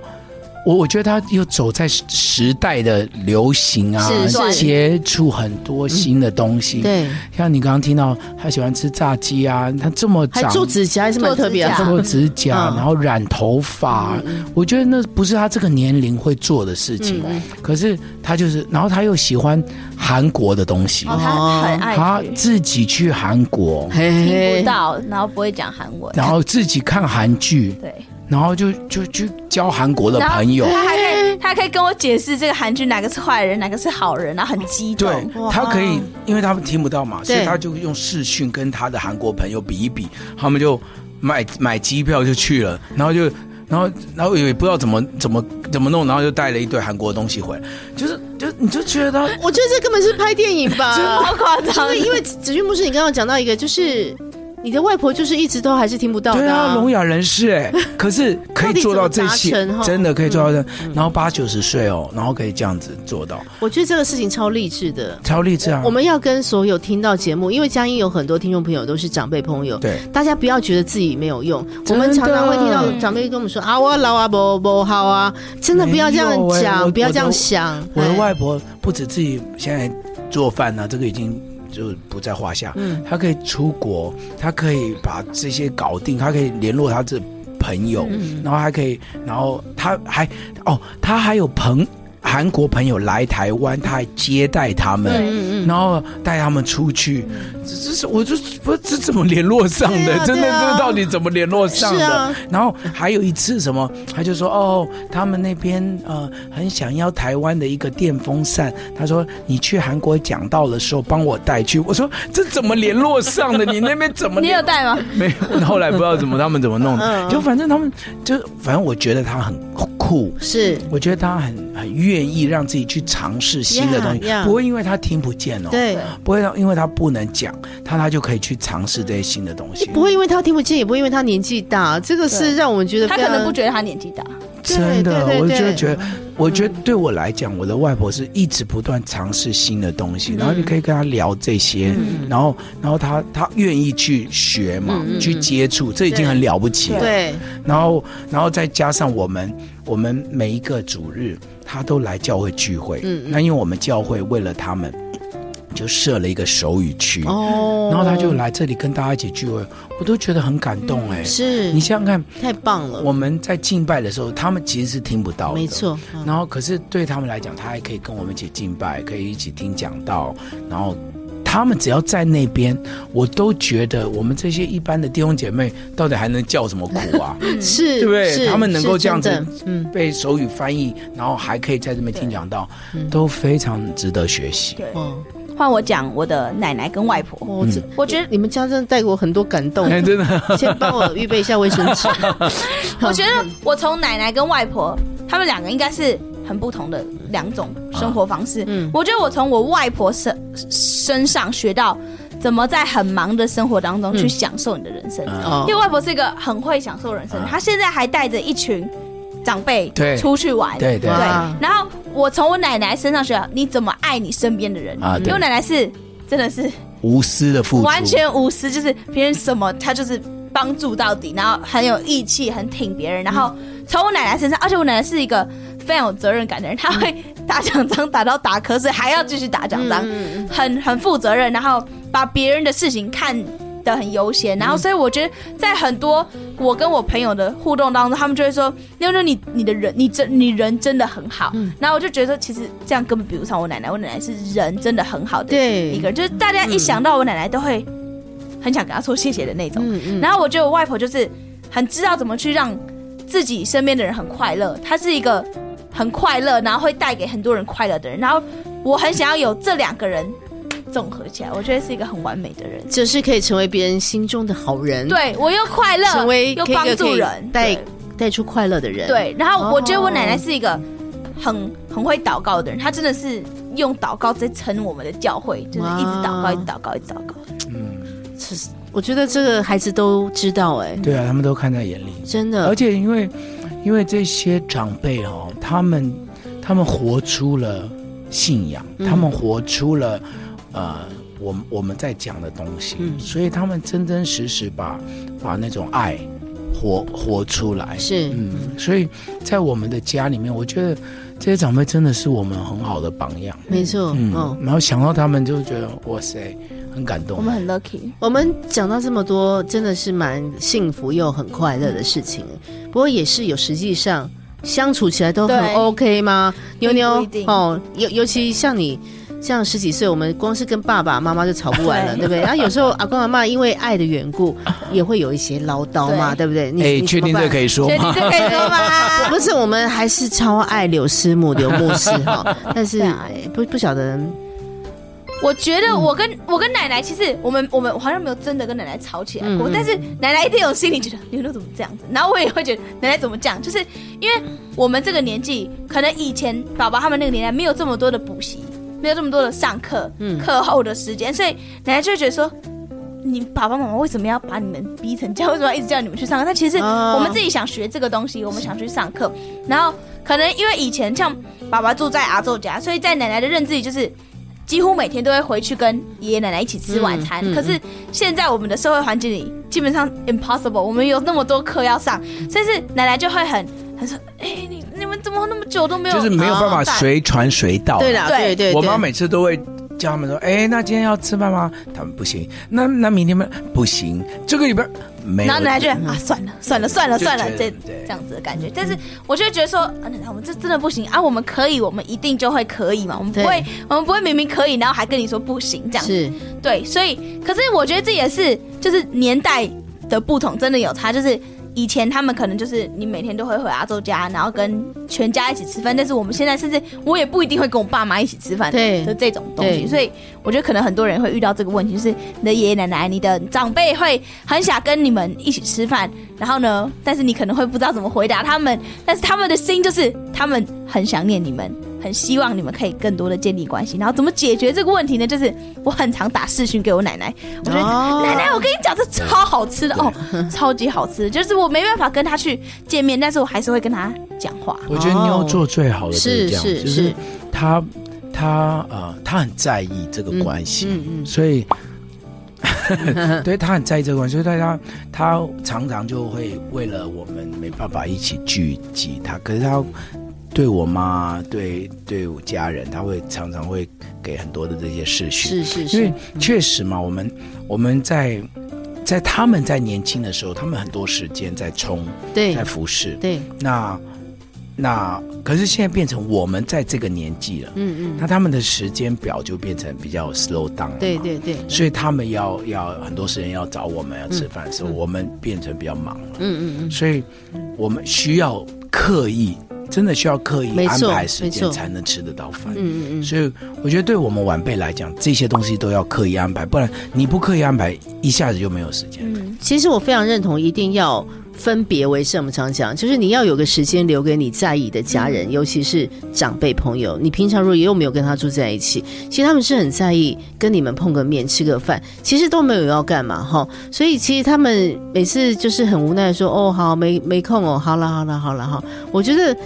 Speaker 2: 我我觉得她又走在时时代的流行啊
Speaker 3: 是是，嗯
Speaker 2: 接触很多新的东西。，
Speaker 3: 对，
Speaker 2: 像你刚刚听到她喜欢吃炸鸡啊，她这么
Speaker 3: 还
Speaker 2: 长
Speaker 3: 做指甲还是蛮特别的。啊
Speaker 4: 做
Speaker 2: 做指甲，
Speaker 3: 嗯
Speaker 2: 然后染头发，我觉得那不是他这个年龄会做的事情。
Speaker 3: 嗯
Speaker 2: 可是他就是，然后他又喜欢韩国的东西，
Speaker 4: 哦，他很
Speaker 2: 他
Speaker 4: 爱去
Speaker 2: 自己去韩国，
Speaker 3: 嘿
Speaker 4: 听
Speaker 3: 嘿
Speaker 4: 不，到，然后不会讲韩文，
Speaker 2: 然后自己看韩剧，
Speaker 4: 对，
Speaker 2: 然后就就去交韩国的
Speaker 4: 然后
Speaker 2: 朋友。
Speaker 4: 他还可 以，他还可以跟我解释这个韩剧哪个是坏人，哪个是好人，然后很激动。
Speaker 2: 对
Speaker 3: 哇
Speaker 2: 他可以，因为他们听不到嘛，所
Speaker 3: 对
Speaker 2: 以他就用视讯跟他的韩国朋友比一比，他们就买买机票就去了，然后就然后然后也不知道怎么怎么怎么弄，然后就带了一堆韩国的东西回来，就是就你就觉得他
Speaker 3: 我觉得这根本是拍电影吧，
Speaker 4: 好夸张
Speaker 3: 对，！因为子君牧师，你刚刚讲到一个，就是你的外婆就是一直都还是听不到
Speaker 2: 对
Speaker 3: 的、
Speaker 2: 啊，聋哑人 士哎，可是可以做到这些
Speaker 3: 到底怎么达成哈，嗯
Speaker 2: 真的可以做到这，然后八九十岁哦，然后可以这样子做到，
Speaker 3: 我觉得这个事情超励志的。
Speaker 2: 超励志啊！
Speaker 3: 我们要跟所有听到节目，因为嘉音有很多听众朋友都是长辈朋友，
Speaker 2: 对
Speaker 3: 大家不要觉得自己没有用。我
Speaker 2: 真的
Speaker 3: 们常常会听到长辈跟我们说啊，我老啊，不不好啊，真的不要这样
Speaker 2: 没有欸
Speaker 3: 讲，
Speaker 2: 我
Speaker 3: 不要这样想。
Speaker 2: 我的
Speaker 3: 哎
Speaker 2: 外婆不止自己现在做饭啊呢、这个已经就不在话下。
Speaker 3: 嗯
Speaker 2: 她可以出国，她可以把这些搞定，她可以联络
Speaker 3: 嗯
Speaker 2: 她这朋友，然后还可以，然后她还哦，她还有朋韩国朋友来台湾，他还接待他们，
Speaker 3: 嗯嗯
Speaker 2: 然后带他们出去，这这是我就不这怎么联络上
Speaker 3: 对
Speaker 2: 的？
Speaker 3: 啊
Speaker 2: 真的，
Speaker 3: 对啊
Speaker 2: 这到底怎么联络上
Speaker 3: 是
Speaker 2: 的？
Speaker 3: 啊
Speaker 2: 然后还有一次什么，他就说哦，他们那边呃很想要台湾的一个电风扇，他说你去韩国讲道的时候帮我带去。我说这怎么联络上的？你那边怎么
Speaker 4: 你
Speaker 2: 联
Speaker 4: 有带吗？
Speaker 2: 没有，后来不知道怎么他们怎么弄
Speaker 3: 嗯
Speaker 2: 的，就反正他们就反正我觉得他很酷，
Speaker 3: 嗯，是，
Speaker 2: 我觉得他很很愿意让自己去尝试新的东西
Speaker 3: Yeah, yeah
Speaker 2: 不会因为他听不见哦，
Speaker 3: 对。
Speaker 2: 不会因为他不能讲，他他就可以去尝试这些新的东西，
Speaker 3: 不会因为他听不见，也不会因为他年纪大，这个是让我们觉得
Speaker 4: 他
Speaker 3: 非
Speaker 4: 可
Speaker 3: 常
Speaker 4: 能不觉得他年纪大，
Speaker 3: 对
Speaker 2: 真的，
Speaker 3: 对对
Speaker 2: 我就
Speaker 3: 对嗯
Speaker 2: 觉得，我觉得对我来讲，我的外婆是一直不断尝试新的东
Speaker 3: 嗯
Speaker 2: 西，然后你可以跟她聊这些，然后然后她她愿意去学嘛，
Speaker 3: 嗯嗯嗯
Speaker 2: 去接触，这已经很了不起了。
Speaker 3: 对，
Speaker 2: 然后，然后再加上我们，我们每一个主日他都来教会聚会。
Speaker 3: 嗯嗯
Speaker 2: 那因为我们教会为了他们，就设了一个手语区，
Speaker 3: 哦，
Speaker 2: 然后他就来这里跟大家一起聚会，我都觉得很感动哎、
Speaker 3: 是
Speaker 2: 你想想看，
Speaker 3: 太棒了，
Speaker 2: 我们在敬拜的时候，他们其实是听不到的，
Speaker 3: 没。错，嗯
Speaker 2: 然后，可是对他们来讲，他还可以跟我们一起敬拜，可以一起听讲道，然后。他们只要在那边，我都觉得我们这些一般的弟兄姐妹，到底还能叫什么苦啊？
Speaker 4: 嗯
Speaker 3: 是，
Speaker 2: 对不对
Speaker 3: 是
Speaker 2: 他们能够
Speaker 3: 是
Speaker 2: 这样子
Speaker 3: 真的嗯，
Speaker 2: 被手语翻译，然后还可以在这边听讲到，都非常值得学习。
Speaker 4: 对
Speaker 3: 哦，
Speaker 4: 换我讲我的奶奶跟外婆，
Speaker 2: 哦
Speaker 3: 我这
Speaker 4: 我觉得
Speaker 2: 嗯
Speaker 3: 你们家真的带给我很多感动，
Speaker 2: 哎，真的，
Speaker 3: 先帮我预备一下卫生 纸，
Speaker 4: 我觉得我从奶奶跟外婆，他们两个应该是很不同的两种生活方式。
Speaker 3: 嗯
Speaker 4: 我觉得我从我外婆身身上学到怎么在很忙的生活当中去享受你的人生，
Speaker 2: 嗯
Speaker 3: 哦
Speaker 4: 因为外婆是一个很会享受人生，
Speaker 2: 嗯
Speaker 4: 她现在还带着一群长辈
Speaker 2: 对
Speaker 4: 出去玩。
Speaker 2: 对对
Speaker 4: 对
Speaker 3: 哇
Speaker 4: 然后我从我奶奶身上学到你怎么爱你身边的人，
Speaker 2: 啊对
Speaker 4: 因为我奶奶是真的是
Speaker 2: 无私的付出，
Speaker 4: 完全无私，就是别人什么他就是帮助到底，然后很有义气，很挺别人。然后从我奶奶身上，而且我奶奶是一个非常有责任感的人，她会打奖章打到打瞌睡，还要继续打奖章，
Speaker 3: 嗯
Speaker 4: 很很负责任，然后把别人的事情看得很优
Speaker 3: 嗯
Speaker 4: 先。然后所以我觉得在很多我跟我朋友的互动当中，他们就会说：“妞妞，你你的人，你真你人真的很好。
Speaker 3: 嗯
Speaker 4: 然后我就觉得说，其实这样根本比不上我奶奶，我奶奶是人真的很好的
Speaker 3: 对
Speaker 4: 一个人，就是大家一想到我奶奶都会很想跟她说谢谢的那种。
Speaker 3: 嗯嗯，
Speaker 4: 然后我觉得我外婆就是很知道怎么去让自己身边的人很快乐，她是一个很快乐，然后会带给很多人快乐的人。然后我很想要有这两个人综合起来，我觉得是一个很完美的人。
Speaker 3: 就是可以成为别人心中的好人，，
Speaker 4: 对我又快乐，
Speaker 3: 成为
Speaker 4: 又
Speaker 3: 可以
Speaker 4: 帮
Speaker 3: 可
Speaker 4: 助
Speaker 3: 以
Speaker 4: 人，
Speaker 3: 带
Speaker 4: 对
Speaker 3: 带出快乐的人，，
Speaker 4: 对。然后我觉得我
Speaker 3: 哦
Speaker 4: 奶奶是一个很很会祷告的人，她真的是用祷告在撑我们的教会，就是一直祷告，
Speaker 3: 哇
Speaker 4: 一直祷告，一直祷告。
Speaker 3: 这是我觉得这个孩子都知道，哎，
Speaker 2: 嗯对啊，他们都看在眼里。
Speaker 3: 真的
Speaker 2: 而，且因为因为这些长辈哦，他们他们活出了信仰，
Speaker 3: 嗯
Speaker 2: 他们活出了呃，我们我们在讲的东西，
Speaker 3: 嗯
Speaker 2: 所以他们真真实实把把那种爱活活出来。
Speaker 3: 是，
Speaker 2: 嗯，所以在我们的家里面，我觉得这些长辈真的是我们很好的榜样。
Speaker 3: 没错，
Speaker 2: 嗯，
Speaker 3: 嗯。
Speaker 2: 然后想到他们就觉得哇塞，很感动。
Speaker 4: 我们很 lucky，
Speaker 3: 我们讲到这么多，真的是蛮幸福又很快乐的事情。不过也是有，实际上相处起来都很
Speaker 4: 对
Speaker 3: OK 吗？妞
Speaker 4: 不
Speaker 3: 妞
Speaker 4: 一定
Speaker 3: 哦，尤尤其像你。像十几岁，我们光是跟爸爸妈妈就吵不完了，对
Speaker 4: 对
Speaker 3: 不对？然啊后有时候阿公阿妈因为爱的缘故，也会有一些唠叨嘛，对
Speaker 4: 对
Speaker 3: 不对？你
Speaker 2: 哎，确定这可
Speaker 3: 以？
Speaker 2: 以说
Speaker 4: 所以
Speaker 2: 吗
Speaker 4: 你？这可以说吗？
Speaker 3: 不 是，我们还是超爱柳师母、柳牧师哈，但是
Speaker 4: 对啊
Speaker 3: 哎不不晓得
Speaker 4: 我觉
Speaker 3: 嗯
Speaker 4: 得我跟、我跟奶奶，其实我们我们我好像没有真的跟奶奶吵起来
Speaker 3: 嗯
Speaker 4: 过，
Speaker 3: 嗯
Speaker 4: 但是奶奶一定有心里觉得牛牛怎么这样子，然后我也会觉得奶奶怎么这样，
Speaker 3: 嗯
Speaker 4: 就是因为我们这个年纪，可能以前爸爸他们那个年代没有这么多的补习，没有这么多的上课，
Speaker 3: 嗯
Speaker 4: 课后的时间，所以奶奶就会觉得说。你爸爸妈妈为什么要把你们逼成这样？为什么要一直叫你们去上课？但其实
Speaker 3: 哦
Speaker 4: 我们自己想学这个东西，我们想去上课，然后可能因为以前像爸爸住在阿昼家，所以在奶奶的认知里就是几乎每天都会回去跟爷爷奶奶一起吃晚餐。
Speaker 3: 嗯嗯
Speaker 4: 可是现在我们的社会环境里，基本上 impossible，我们有那么多课要上，所以是奶奶就会很很说：“哎、你你们怎么那么久都没有？”啊
Speaker 2: 就是没有办法
Speaker 4: 饭
Speaker 2: 随传随到。
Speaker 3: 对啦，对
Speaker 4: 对
Speaker 3: 对，
Speaker 2: 我
Speaker 3: 对
Speaker 2: 妈每次都会叫他们说：“哎，那今天要吃饭吗？”他们不行。那那明天吗？不行。这个礼拜没有
Speaker 4: 然后奶奶就啊，算了算了算了
Speaker 2: 就
Speaker 4: 算了
Speaker 2: 觉，得
Speaker 4: 这
Speaker 2: 对
Speaker 4: 这样子的感觉。但是我就会觉得说，啊，奶奶，我们这真的不行啊，我们可以，我们一定就会可以嘛，我们不
Speaker 3: 对
Speaker 4: 会，我们不会明明可以，然后还跟你说不行这样子。
Speaker 3: 是
Speaker 4: 对，所以可是我觉得这也是就是年代的不同，真的有差。就是以前他们可能就是你每天都会回阿周家，然后跟全家一起吃饭，但是我们现在甚至我也不一定会跟我爸妈一起吃饭，
Speaker 3: 对
Speaker 4: 的这种东西。
Speaker 3: 对
Speaker 4: 所以我觉得可能很多人会遇到这个问题，就是你的爷爷奶奶、你的长辈会很想跟你们一起吃饭，然后呢，但是你可能会不知道怎么回答他们，但是他们的心就是他们很想念你们。很希望你们可以更多的建立关系，然后怎么解决这个问题呢？就是我很常打视讯给我奶奶，我就、
Speaker 3: 哦
Speaker 4: 奶奶，我跟你讲，这超好吃的哦，超级好吃的。就是我没办法跟她去见面，但是我还是会跟她讲话。
Speaker 2: 我觉得妞做最好的就
Speaker 3: 是
Speaker 2: 是这样，
Speaker 3: 哦是
Speaker 2: 就是，她她呃，她很在意这个关系，
Speaker 3: 嗯
Speaker 2: 所以。 对她很在意这个关系，所以她她常常就会为了我们没办法一起聚集她，可是她对我妈、对对我家人，她会常常会给很多的这些事
Speaker 3: 是
Speaker 2: 情。
Speaker 3: 是
Speaker 2: 因为
Speaker 3: 是，
Speaker 2: 确实嘛，我们我们在在他们在年轻的时候，他们很多时间在冲，
Speaker 3: 对
Speaker 2: 在服侍。
Speaker 3: 对，
Speaker 2: 那那可是现在变成我们在这个年纪了，
Speaker 3: 嗯嗯，
Speaker 2: 那他们的时间表就变成比较 slow down 了嘛
Speaker 3: 对。对对，
Speaker 2: 所以他们要要很多时间要找我们要吃饭的
Speaker 3: 嗯
Speaker 2: 时候，我们变成比较忙了，
Speaker 3: 嗯嗯嗯，
Speaker 2: 所以我们需要刻意，真的需要刻意
Speaker 3: 没
Speaker 2: 安
Speaker 3: 错
Speaker 2: 排时
Speaker 3: 没错
Speaker 2: 间才能吃得到饭。
Speaker 3: 嗯嗯嗯，
Speaker 2: 所以我觉得，对我们晚辈来讲，这些东西都要刻意安排，不然你不刻意安排，一下子就没有时间。
Speaker 4: 嗯，
Speaker 3: 其实我非常认同，一定要分别为是。我们常讲，就是你要有个时间留给你在意的家人，尤其是长辈朋友。你平常如果又没有跟他住在一起，其实他们是很在意跟你们碰个面、吃个饭，其实都没有要干嘛哈。所以其实他们每次就是很无奈地说：“哦，好，没没空哦，好啦，好啦，好啦，哈。”我觉得。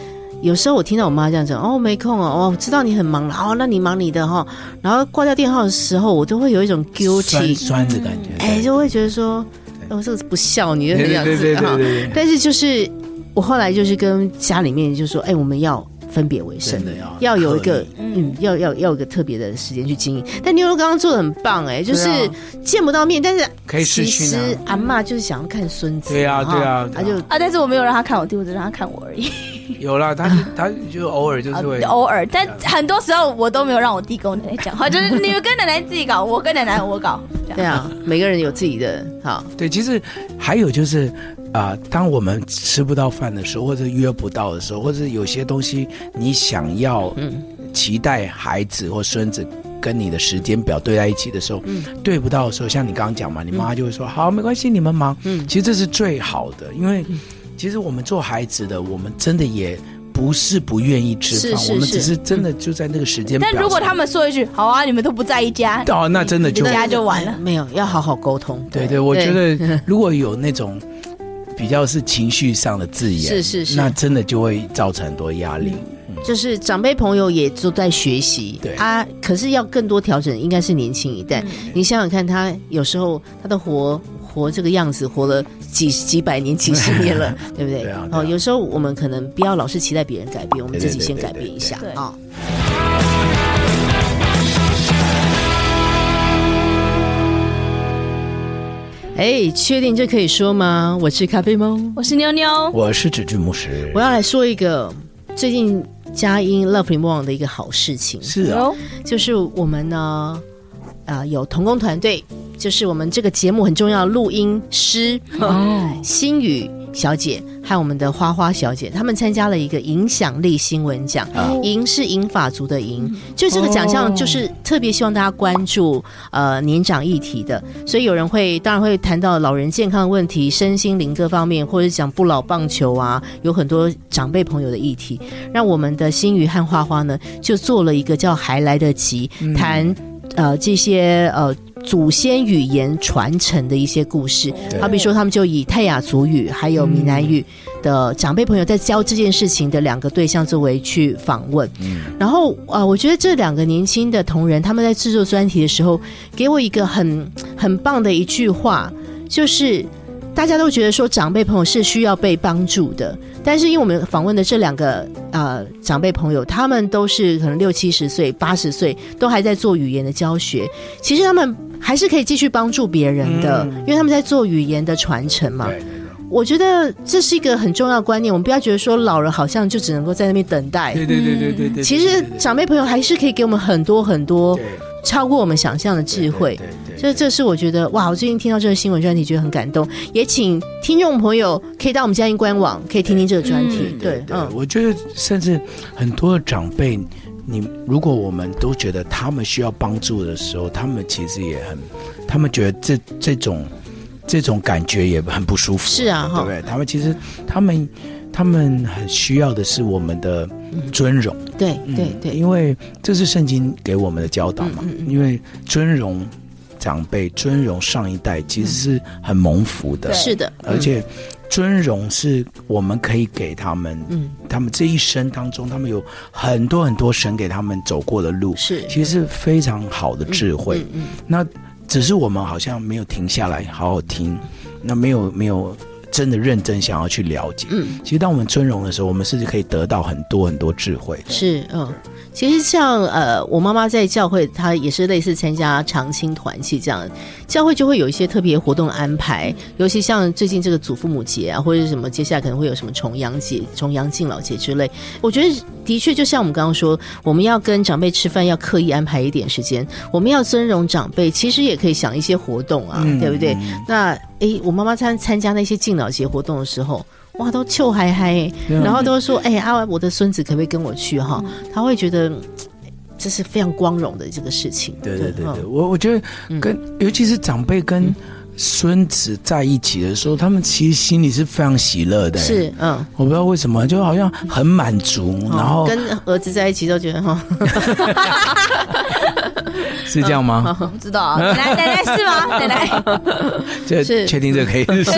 Speaker 3: 有时候我听到我妈这样讲，哦，没空哦，哦，我知道你很忙了，哦，那你忙你的哈、然后挂掉电话的时候，我都会有一种 guilty
Speaker 2: 酸酸的感觉，
Speaker 3: 哎，
Speaker 2: 对
Speaker 3: 就会觉得说，哎我这个不孝女，就很想
Speaker 2: 对
Speaker 3: 知
Speaker 2: 对对
Speaker 3: 道
Speaker 2: 对。对对，
Speaker 3: 但是就是我后来就是跟家里面就说，哎，我们要分别为
Speaker 2: 真
Speaker 3: 生，
Speaker 2: 的
Speaker 3: 要
Speaker 2: 要
Speaker 3: 有一个
Speaker 2: 刻意
Speaker 3: 嗯，要要要有一个特别的时间去经营。但妞妞刚刚做的很棒，哎，就是
Speaker 2: 对啊
Speaker 3: 见不到面，但是
Speaker 2: 可以视
Speaker 3: 其
Speaker 2: 讯啊
Speaker 3: 实阿嬷就是想要看孙子，
Speaker 2: 对啊
Speaker 3: 哈
Speaker 2: 对啊
Speaker 3: 她
Speaker 2: 对啊
Speaker 3: 就
Speaker 4: 啊，但是我没有让她看我弟，我只让她看我而已，
Speaker 2: 有啦，他就他就偶尔就是会
Speaker 4: 啊
Speaker 3: 哦
Speaker 4: 偶尔。但很多时候我都没有让我弟跟我奶奶讲话，就是你们跟奶奶自己搞，我跟奶奶我搞。这样
Speaker 3: 对 啊，每个人有自己的好，
Speaker 2: 对，其实还有就是，啊、当我们吃不到饭的时候，或者约不到的时候，或者有些东西你想要
Speaker 3: 嗯
Speaker 2: 期待孩子或孙子跟你的时间表对在一起的时候，
Speaker 3: 嗯
Speaker 2: 对不到的时候，像你刚刚讲嘛，你妈就会说：“好，没关系，你们忙。”
Speaker 3: 嗯
Speaker 2: 其实这是最好的，因为其实我们做孩子的，我们真的也。不是不愿意吃饭，
Speaker 3: 是是
Speaker 2: 我们只
Speaker 3: 是
Speaker 2: 是真的就在那个时间表上。
Speaker 4: 但如果他们说一句“好啊，你们都不在一家
Speaker 2: 哦，那真的就
Speaker 4: 人家就完了
Speaker 3: 没有要好好沟通。
Speaker 2: 对对，我觉得如果有那种比较是情绪上的字眼，
Speaker 3: 是是是
Speaker 2: 那真的就会造成很多压力。
Speaker 3: 就是长辈朋友也都在学习，
Speaker 2: 嗯对嗯
Speaker 3: 啊，可是要更多调整，应该是年轻一代。你想想看，他有时候他都活活这个样子，活了几几百年、几十年了，对不对？
Speaker 2: 对啊对啊
Speaker 3: 哦，有时候我们可能不要老是期待别人改变，我们
Speaker 2: 对
Speaker 3: 自
Speaker 2: 对
Speaker 3: 己先
Speaker 2: 对对
Speaker 3: 改变一下
Speaker 4: 对对
Speaker 3: 啊。哎，确定这可以说吗？我是咖啡猫。”，
Speaker 4: 我是妞妞。
Speaker 2: 我是指巨牧师
Speaker 3: 我，要来说一个最近佳音 Love r e m o n 的一个好事情，
Speaker 2: 是啊，
Speaker 4: 哟
Speaker 3: 就是我们呢，啊、有童工团队，就是我们这个节目很重要的录音师、心宇小姐和我们的花花小姐，他们参加了一个影响力新闻奖。银是银法族的银，就这个奖项就是特别希望大家关注呃年长议题的，所以有人会当然会谈到老人健康问题、身心灵各方面，或者讲不老棒球啊，有很多长辈朋友的议题。让我们的心宇和花花呢，就做了一个叫“还来得及”，谈呃这些呃祖先语言传承的一些故事。
Speaker 2: 对
Speaker 3: 好比说，他们就以泰雅族语还有闽南语的长辈朋友在教这件事情的两个对象作为去访问。
Speaker 2: 嗯
Speaker 3: 然后啊、呃我觉得这两个年轻的同仁他们在制作专题的时候，给我一个很很棒的一句话，就是。大家都觉得说长辈朋友是需要被帮助的，但是因为我们访问的这两个呃长辈朋友，他们都是可能六七十岁、八十岁，都还在做语言的教学。其实他们还是可以继续帮助别人的，
Speaker 2: 嗯
Speaker 3: 因为他们在做语言的传承嘛。
Speaker 2: 对对对。
Speaker 3: 我觉得这是一个很重要的观念，我们不要觉得说老了好像就只能够在那边等待。
Speaker 2: 对对对对对对。
Speaker 3: 其实
Speaker 2: 对
Speaker 3: 长辈朋友还是可以给我们很多很多
Speaker 2: 对对
Speaker 3: 超过我们想象的智慧。
Speaker 2: 对对对
Speaker 3: 所以这是我觉得哇，我最近听到这个新闻专题，觉得很感动。也请听众朋友可以到我们嘉音官网，可以听听这个专题。
Speaker 2: 对
Speaker 3: 对，
Speaker 2: 对，
Speaker 3: 嗯，
Speaker 2: 我觉得甚至很多的长辈，你如果我们都觉得他们需要帮助的时候，他们其实也很，他们觉得这这种这种感觉也很不舒服，
Speaker 3: 是啊
Speaker 2: 对
Speaker 3: 哈
Speaker 2: 不对？他们其实他们他们很需要的是我们的尊荣，
Speaker 3: 对
Speaker 2: 嗯
Speaker 3: 对对，
Speaker 2: 因为这是圣经给我们的教导嘛，
Speaker 3: 嗯嗯嗯
Speaker 2: 因为尊荣长辈、尊荣上一代其实是很蒙福的，
Speaker 4: 对
Speaker 3: 是的，
Speaker 2: 而且尊荣是我们可以给他们，
Speaker 3: 嗯
Speaker 2: 他们这一生当中，他们有很多很多神给他们走过的路
Speaker 3: 嗯，是
Speaker 2: 其实是非常好的智慧。
Speaker 3: 嗯嗯
Speaker 2: 那只是我们好像没有停下来好好听，那没有没有真的认真想要去了解。
Speaker 3: 嗯，
Speaker 2: 其实当我们尊荣的时候，我们是可以得到很多很多智慧的。
Speaker 3: 是嗯。其实像呃，我妈妈在教会，她也是类似参加长青团契这样，教会就会有一些特别活动安排，尤其像最近这个祖父母节啊，或者是什么，接下来可能会有什么重阳节、重阳敬老节之类。我觉得的确，就像我们刚刚说，我们要跟长辈吃饭，要刻意安排一点时间，我们要尊荣长辈，其实也可以想一些活动啊，
Speaker 2: 嗯
Speaker 3: 对不对？那诶，我妈妈参参加那些敬老节活动的时候。哇，都臭嗨嗨、
Speaker 2: 对啊
Speaker 3: 然后都说，哎、阿、啊、我的孙子可不可以跟我去哈、他会觉得嗯这是非常光荣的这个事情。
Speaker 2: 对对对
Speaker 3: 嗯
Speaker 2: 对，我我觉得跟、尤其是长辈跟孙子在一起的时候，他们其实心里是非常喜乐的。
Speaker 3: 是嗯，
Speaker 2: 我不知道为什么，就好像很满足，
Speaker 3: 哦
Speaker 2: 然后
Speaker 3: 跟儿子在一起都觉得哈，
Speaker 2: 是这样
Speaker 3: 嗯
Speaker 2: 吗？
Speaker 4: 我不知道啊， 奶奶奶奶是吗？奶奶，
Speaker 2: 这
Speaker 3: 是
Speaker 2: 确定这可 以说。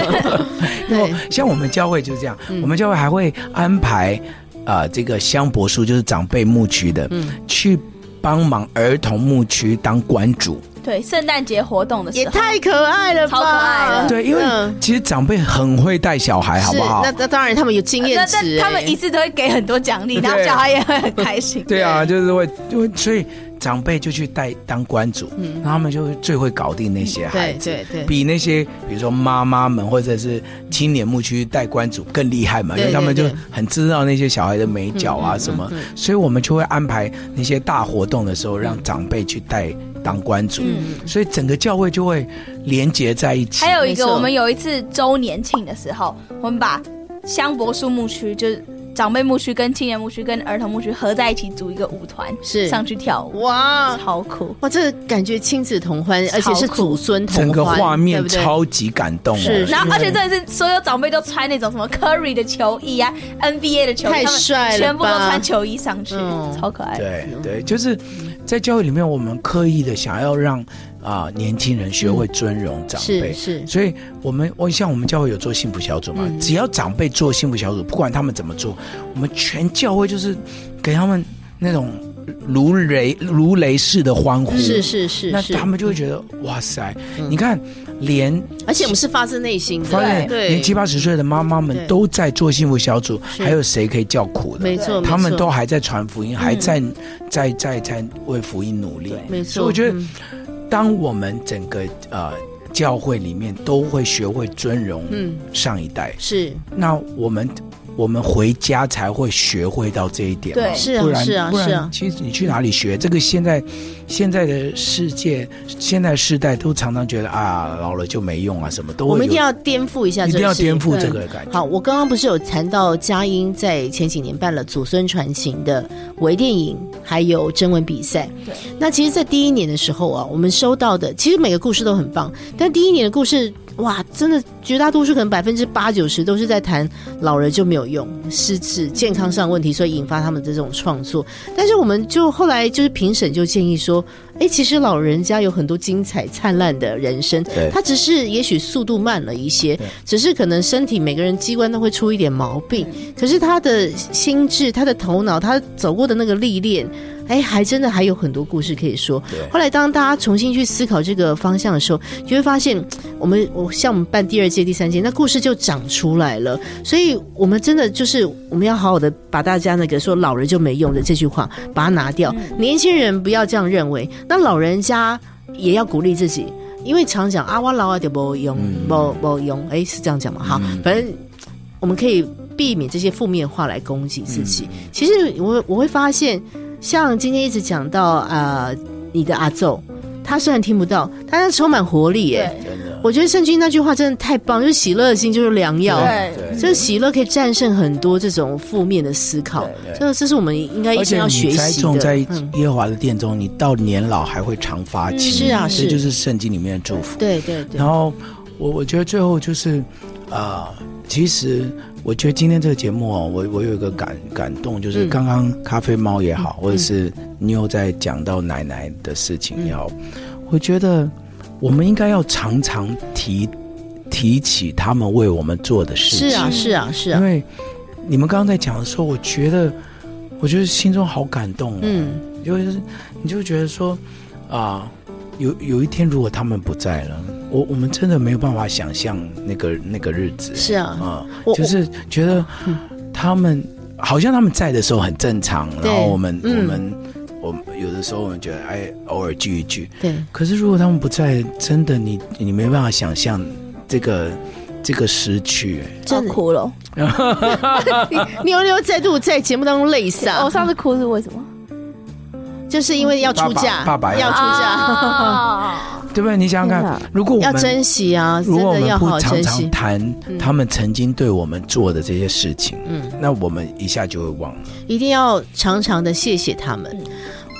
Speaker 3: 对，嗯
Speaker 2: 像我们教会就是这样，我们教会还会安排啊、呃这个香柏树就是长辈牧区的，
Speaker 3: 嗯
Speaker 2: 去帮忙儿童牧区当馆主。
Speaker 4: 对，圣诞节活动的时
Speaker 3: 也
Speaker 4: 候，
Speaker 3: 太可爱了吧，
Speaker 4: 超可爱的
Speaker 2: 对，因为
Speaker 3: 嗯
Speaker 2: 其实长辈很会带小孩，好
Speaker 3: 是
Speaker 2: 不好
Speaker 3: 那？那当然，他们有经验
Speaker 4: 那
Speaker 3: 值、
Speaker 4: 但他们一
Speaker 3: 哎
Speaker 4: 次都会给很多奖励，然后
Speaker 2: 对
Speaker 4: 小孩也会很 开心。
Speaker 2: 对啊，就是会，就会所以长辈就去带当馆主，然后他们就会最会搞定那些孩子，
Speaker 3: 嗯对对对
Speaker 2: 哎比那些比如说妈妈们或者是青年牧区带馆主更厉害嘛，因
Speaker 3: 对
Speaker 2: 为他们就
Speaker 3: 对嗯对
Speaker 2: 很知道那些小孩的美脚啊什么，所以我们就会安排那些大活动的时候让长辈去带当馆主，
Speaker 3: 嗯
Speaker 2: 所以整个教会就会连结在一起
Speaker 4: 嗯还。有一个，
Speaker 3: 没错
Speaker 4: 我们有一次周年庆的时候，我们把香柏树牧区，就是长辈牧区、跟青年牧区、跟儿童牧区合在一起组一个舞团，
Speaker 3: 是
Speaker 4: 上去跳舞，
Speaker 3: 哇
Speaker 4: 超酷！
Speaker 3: 哇，这个感觉亲子同欢，而且是祖孙同欢，
Speaker 2: 整个画
Speaker 3: 对
Speaker 2: 面
Speaker 3: 不对
Speaker 2: 超级感动哦，
Speaker 3: 是
Speaker 4: 然后，而且
Speaker 2: 这
Speaker 4: 真的是所有长辈都穿那种什么 Curry 的球衣啊，NBA 的球衣，
Speaker 3: 太
Speaker 4: 他们
Speaker 3: 帅了
Speaker 4: 全部都
Speaker 3: 吧
Speaker 4: 穿球衣上去，
Speaker 3: 嗯
Speaker 4: 超可爱。
Speaker 2: 对对，就是在教会里面，我们刻意的想要让啊、年轻人学会尊荣长辈。
Speaker 3: 嗯是是
Speaker 2: 所以，我们我像我们教会有做幸福小组嘛，
Speaker 3: 嗯
Speaker 2: 只要长辈做幸福小组，不管他们怎么做，我们全教会就是给他们那种如雷如雷式的欢呼，
Speaker 3: 是嗯是是
Speaker 2: 嗯那
Speaker 3: 是
Speaker 2: 他，们就会觉得哇塞，你看连
Speaker 3: 而且我们是发自内心
Speaker 2: 发
Speaker 3: 的，
Speaker 2: 现连七八十岁的妈妈们
Speaker 3: 对
Speaker 2: 都在做幸福小组，
Speaker 3: 是
Speaker 2: 还有谁可以叫苦的？
Speaker 3: 没错，嗯
Speaker 2: 他
Speaker 3: 没
Speaker 2: 们
Speaker 3: 错
Speaker 2: 都还在传福音，还在在在在为福音努力。
Speaker 3: 没错，
Speaker 2: 所以我觉得
Speaker 3: 嗯，
Speaker 2: 当我们整个呃教会里面都会学会尊荣
Speaker 3: 嗯
Speaker 2: 上一代，
Speaker 3: 是
Speaker 2: 那我们我们回家才会学会到这一点嘛。
Speaker 4: 对
Speaker 3: 是啊
Speaker 2: 不然
Speaker 3: 是啊
Speaker 2: 不然
Speaker 3: 是啊
Speaker 2: 其实你去哪里学？这个现在现在的世界，现在世代都常常觉得啊，老了就没用啊，什么都会
Speaker 3: 我们一定
Speaker 2: 有
Speaker 3: 要颠覆一下
Speaker 2: 一
Speaker 3: 这个
Speaker 2: 定
Speaker 3: 事情，
Speaker 2: 要颠覆这
Speaker 3: 对
Speaker 2: 个感觉。
Speaker 3: 好，我刚刚不是有谈到佳音在前几年办了祖孙传情的微电影，还有征文比赛。
Speaker 4: 对，
Speaker 3: 那其实，在第一年的时候啊，我们收到的其实每个故事都很棒，但第一年的故事哇，真的绝大多数可能百分之八九十都是在谈老人就没有用、失智、健康上的问题，所以引发他们的这种创作。但是我们就后来就是评审就建议说，哎，其实老人家有很多精彩灿烂的人生
Speaker 2: 对，
Speaker 3: 他只是也许速度慢了一些，只是可能身体每个人机关都会出一点毛病，
Speaker 2: 嗯
Speaker 3: 可是他的心智、他的头脑、他走过的那个历练。哎，还真的还有很多故事可以说
Speaker 2: 对。
Speaker 3: 后来当大家重新去思考这个方向的时候，就会发现，我们我像我们办第二届、第三届，那故事就长出来了。所以，我们真的就是我们要好好的把大家那个说
Speaker 4: 嗯
Speaker 3: 老人就没用的这句话把它拿掉，年轻人不要这样认为。那老人家也要鼓励自己，因为常讲啊，我老了就没用，
Speaker 4: 嗯
Speaker 3: 没没用，哎，是这样讲嘛？哈，反正我们可以避免这些负面话来攻击自己。
Speaker 4: 嗯
Speaker 3: 其实我我会发现，像今天一直讲到啊、呃你的阿奏，他虽然听不到，但他充满活力耶。
Speaker 4: 对
Speaker 2: 真的，
Speaker 3: 我觉得圣经那句话真的太棒，就是喜乐的心就是良药。
Speaker 4: 对
Speaker 3: 就是喜乐可以战胜很多这种负面的思考，
Speaker 2: 对
Speaker 3: 这这是我们应该一
Speaker 2: 而
Speaker 3: 直
Speaker 2: 且
Speaker 3: 要学
Speaker 2: 你栽
Speaker 3: 习
Speaker 2: 种
Speaker 3: 的。嗯
Speaker 2: 在耶和华的殿中，你到年老还会常发青。
Speaker 3: 是啊
Speaker 2: 这
Speaker 3: 是
Speaker 2: 就是圣经里面的祝福。
Speaker 3: 对对对
Speaker 2: 然，后我我觉得最后就是，啊、其实我觉得今天这个节目哦，我我有一个感感动，就是
Speaker 3: 嗯
Speaker 2: 刚刚咖啡猫也好，或者是妞在讲到奶奶的事情也好，
Speaker 3: 嗯
Speaker 2: 我觉得我们应该要常常提提起他们为我们做的事
Speaker 3: 是
Speaker 2: 情，
Speaker 3: 啊是啊是
Speaker 2: 因
Speaker 3: 啊，
Speaker 2: 为你们刚刚在讲的时候，我觉得我觉得心中好感动、哦，
Speaker 3: 嗯，
Speaker 2: 就是你就觉得说啊、有有一天如果他们不在了，我我们真的没有办法想象那个那个日子。
Speaker 3: 是啊，
Speaker 2: 啊、
Speaker 3: 我
Speaker 2: 就是觉得他们好像他们在的时候很正常，
Speaker 3: 对
Speaker 2: 然后我们、
Speaker 3: 嗯
Speaker 2: 我们我们有的时候我们觉得哎偶尔聚一聚，
Speaker 3: 对，
Speaker 2: 可是如果他们不在，真的你你没办法想象这个这个失去。
Speaker 4: 真
Speaker 3: 真的
Speaker 4: 哭了。
Speaker 3: 牛牛再度在节目当中泪洒
Speaker 4: 哦
Speaker 2: 哦
Speaker 4: 我，上次哭是为什么？
Speaker 3: 就是因为要出嫁，
Speaker 2: 爸爸爸爸
Speaker 3: 要
Speaker 2: 要
Speaker 3: 出嫁，
Speaker 4: 啊，
Speaker 2: 对不对？你想想
Speaker 1: 天
Speaker 2: 看
Speaker 1: 啊，
Speaker 2: 如果我
Speaker 3: 要
Speaker 2: 们
Speaker 3: 珍惜啊，真
Speaker 2: 如果我
Speaker 3: 的
Speaker 2: 们
Speaker 3: 要好
Speaker 2: 不
Speaker 3: 好
Speaker 2: 常
Speaker 3: 珍
Speaker 2: 常
Speaker 3: 惜。
Speaker 2: 谈他们曾经对我们做的这些事情，
Speaker 3: 嗯
Speaker 2: 嗯，那我们一下就会忘了。
Speaker 3: 一定要常常的谢谢他们。
Speaker 4: 嗯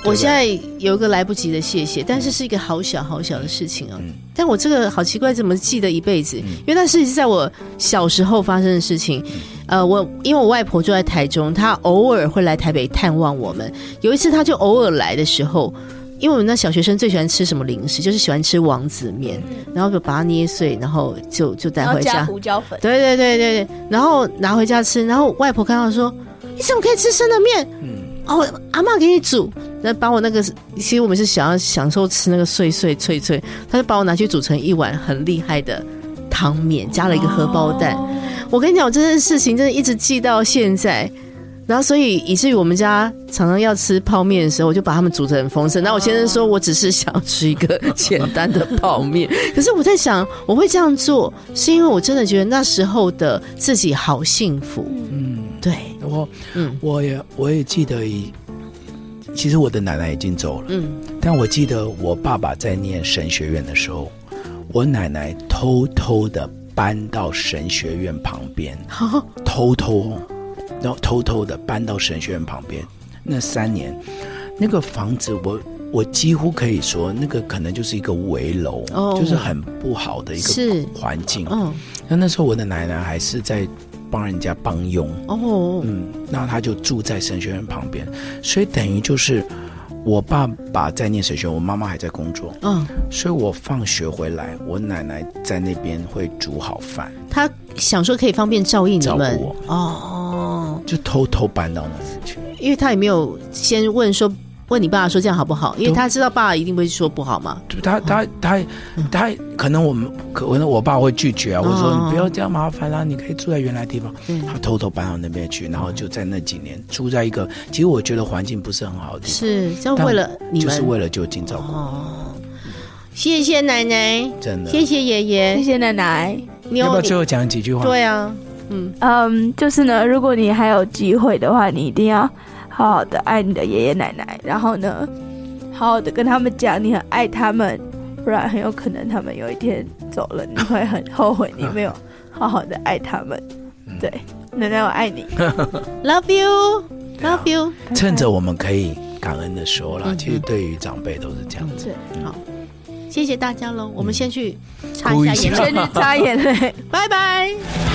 Speaker 3: 我现在有一个来不及的谢谢，但是是一个好小好小的事情哦。
Speaker 2: 嗯
Speaker 3: 但我这个好奇怪，怎么记得一辈子？因为那是在我小时候发生的事情。呃，我因为我外婆住在台中，她偶尔会来台北探望我们。有一次，她就偶尔来的时候。因为我们那小学生最喜欢吃什么零食，就是喜欢吃王子面，然后就把它捏碎，然后就就带
Speaker 4: 嗯然后
Speaker 3: 回
Speaker 4: 加
Speaker 3: 家。
Speaker 4: 胡椒粉，
Speaker 3: 对对对对对，然后拿回家吃，然后外婆看到说：“你怎么可以吃生的面？”
Speaker 2: 嗯，
Speaker 3: 哦，阿妈给你煮，那把我那个，其实我们是想要享受吃那个碎碎脆脆，他就把我拿去煮成一碗很厉害的汤面，加了一个荷包蛋。
Speaker 4: 哦
Speaker 3: 我跟你讲，我这件事情真的一直记到现在。然后，所以以至于我们家常常要吃泡面的时候，我就把它们煮得很丰盛。那我先生说我只是想吃一个简单的泡面， 可是我在想，我会这样做是因为我真的觉得那时候的自己好幸福。嗯，对，
Speaker 2: 我
Speaker 3: 嗯
Speaker 2: 我也我也记得以，其实我的奶奶已经走了，
Speaker 3: 嗯，
Speaker 2: 但我记得我爸爸在念神学院的时候，我奶奶偷偷的搬到神学院旁 边，
Speaker 3: 好，
Speaker 2: 偷偷，然后偷偷的搬到神学院旁边。那三年，那个房子我。我几乎可以说，那个可能就是一个围楼
Speaker 3: 哦
Speaker 2: 就是很不好的一
Speaker 3: 是
Speaker 2: 个环境。
Speaker 3: 嗯，
Speaker 2: 那那时候我的奶奶还是在帮人家帮佣，
Speaker 3: 哦，
Speaker 2: 嗯，那她就住在神学院旁边，所以等于就是我爸爸在念神学院，我妈妈还在工作，
Speaker 3: 嗯，
Speaker 2: 所以我放学回来，我奶奶在那边会煮好饭，
Speaker 3: 他想说可以方便照应你们
Speaker 2: 照顾
Speaker 3: 哦，
Speaker 2: 就偷偷搬到那里去。
Speaker 3: 因为他也没有先问说问你爸说这样好不好，因为他知道爸一定不会说不好嘛。
Speaker 2: 就他他他他可能我们可能我爸会拒绝啊，我说
Speaker 3: 哦
Speaker 2: 你不要这样麻烦啦、你可以住在原来地方
Speaker 3: 嗯。
Speaker 2: 他偷偷搬到那边去，然后就在那几年住在一个，其实我觉得环境不是很好的地方，
Speaker 3: 是，就为了你
Speaker 2: 就
Speaker 3: 们
Speaker 2: 是为了就近照顾，
Speaker 3: 哦。谢谢奶奶，
Speaker 2: 真的。
Speaker 3: 谢谢爷
Speaker 4: 谢
Speaker 3: 爷，
Speaker 4: 谢奶奶。
Speaker 3: 你
Speaker 2: 啊要不
Speaker 3: 有
Speaker 2: 要最后讲几句话？
Speaker 3: 对啊，
Speaker 1: 嗯，就是呢，如果你还有机会的话，你一定要好好的爱你的爷爷奶奶，然后呢，好好的跟他们讲你很爱他们，不然很有可能他们有一天走了，你会很后悔你没有好好的爱他们。对，奶奶我爱 你。
Speaker 3: ，love
Speaker 2: 啊
Speaker 3: you，love you，
Speaker 2: 趁着我们可以感恩的时候啦，
Speaker 3: 嗯
Speaker 2: 其实对于长辈都是这样子。
Speaker 3: 对，好，谢谢大家喽，我们先去擦
Speaker 2: 哭
Speaker 3: 一
Speaker 2: 一
Speaker 3: 下
Speaker 2: 下
Speaker 3: 眼泪，
Speaker 1: 先去擦眼泪。
Speaker 3: 拜
Speaker 1: 拜
Speaker 3: 拜。
Speaker 1: 拜。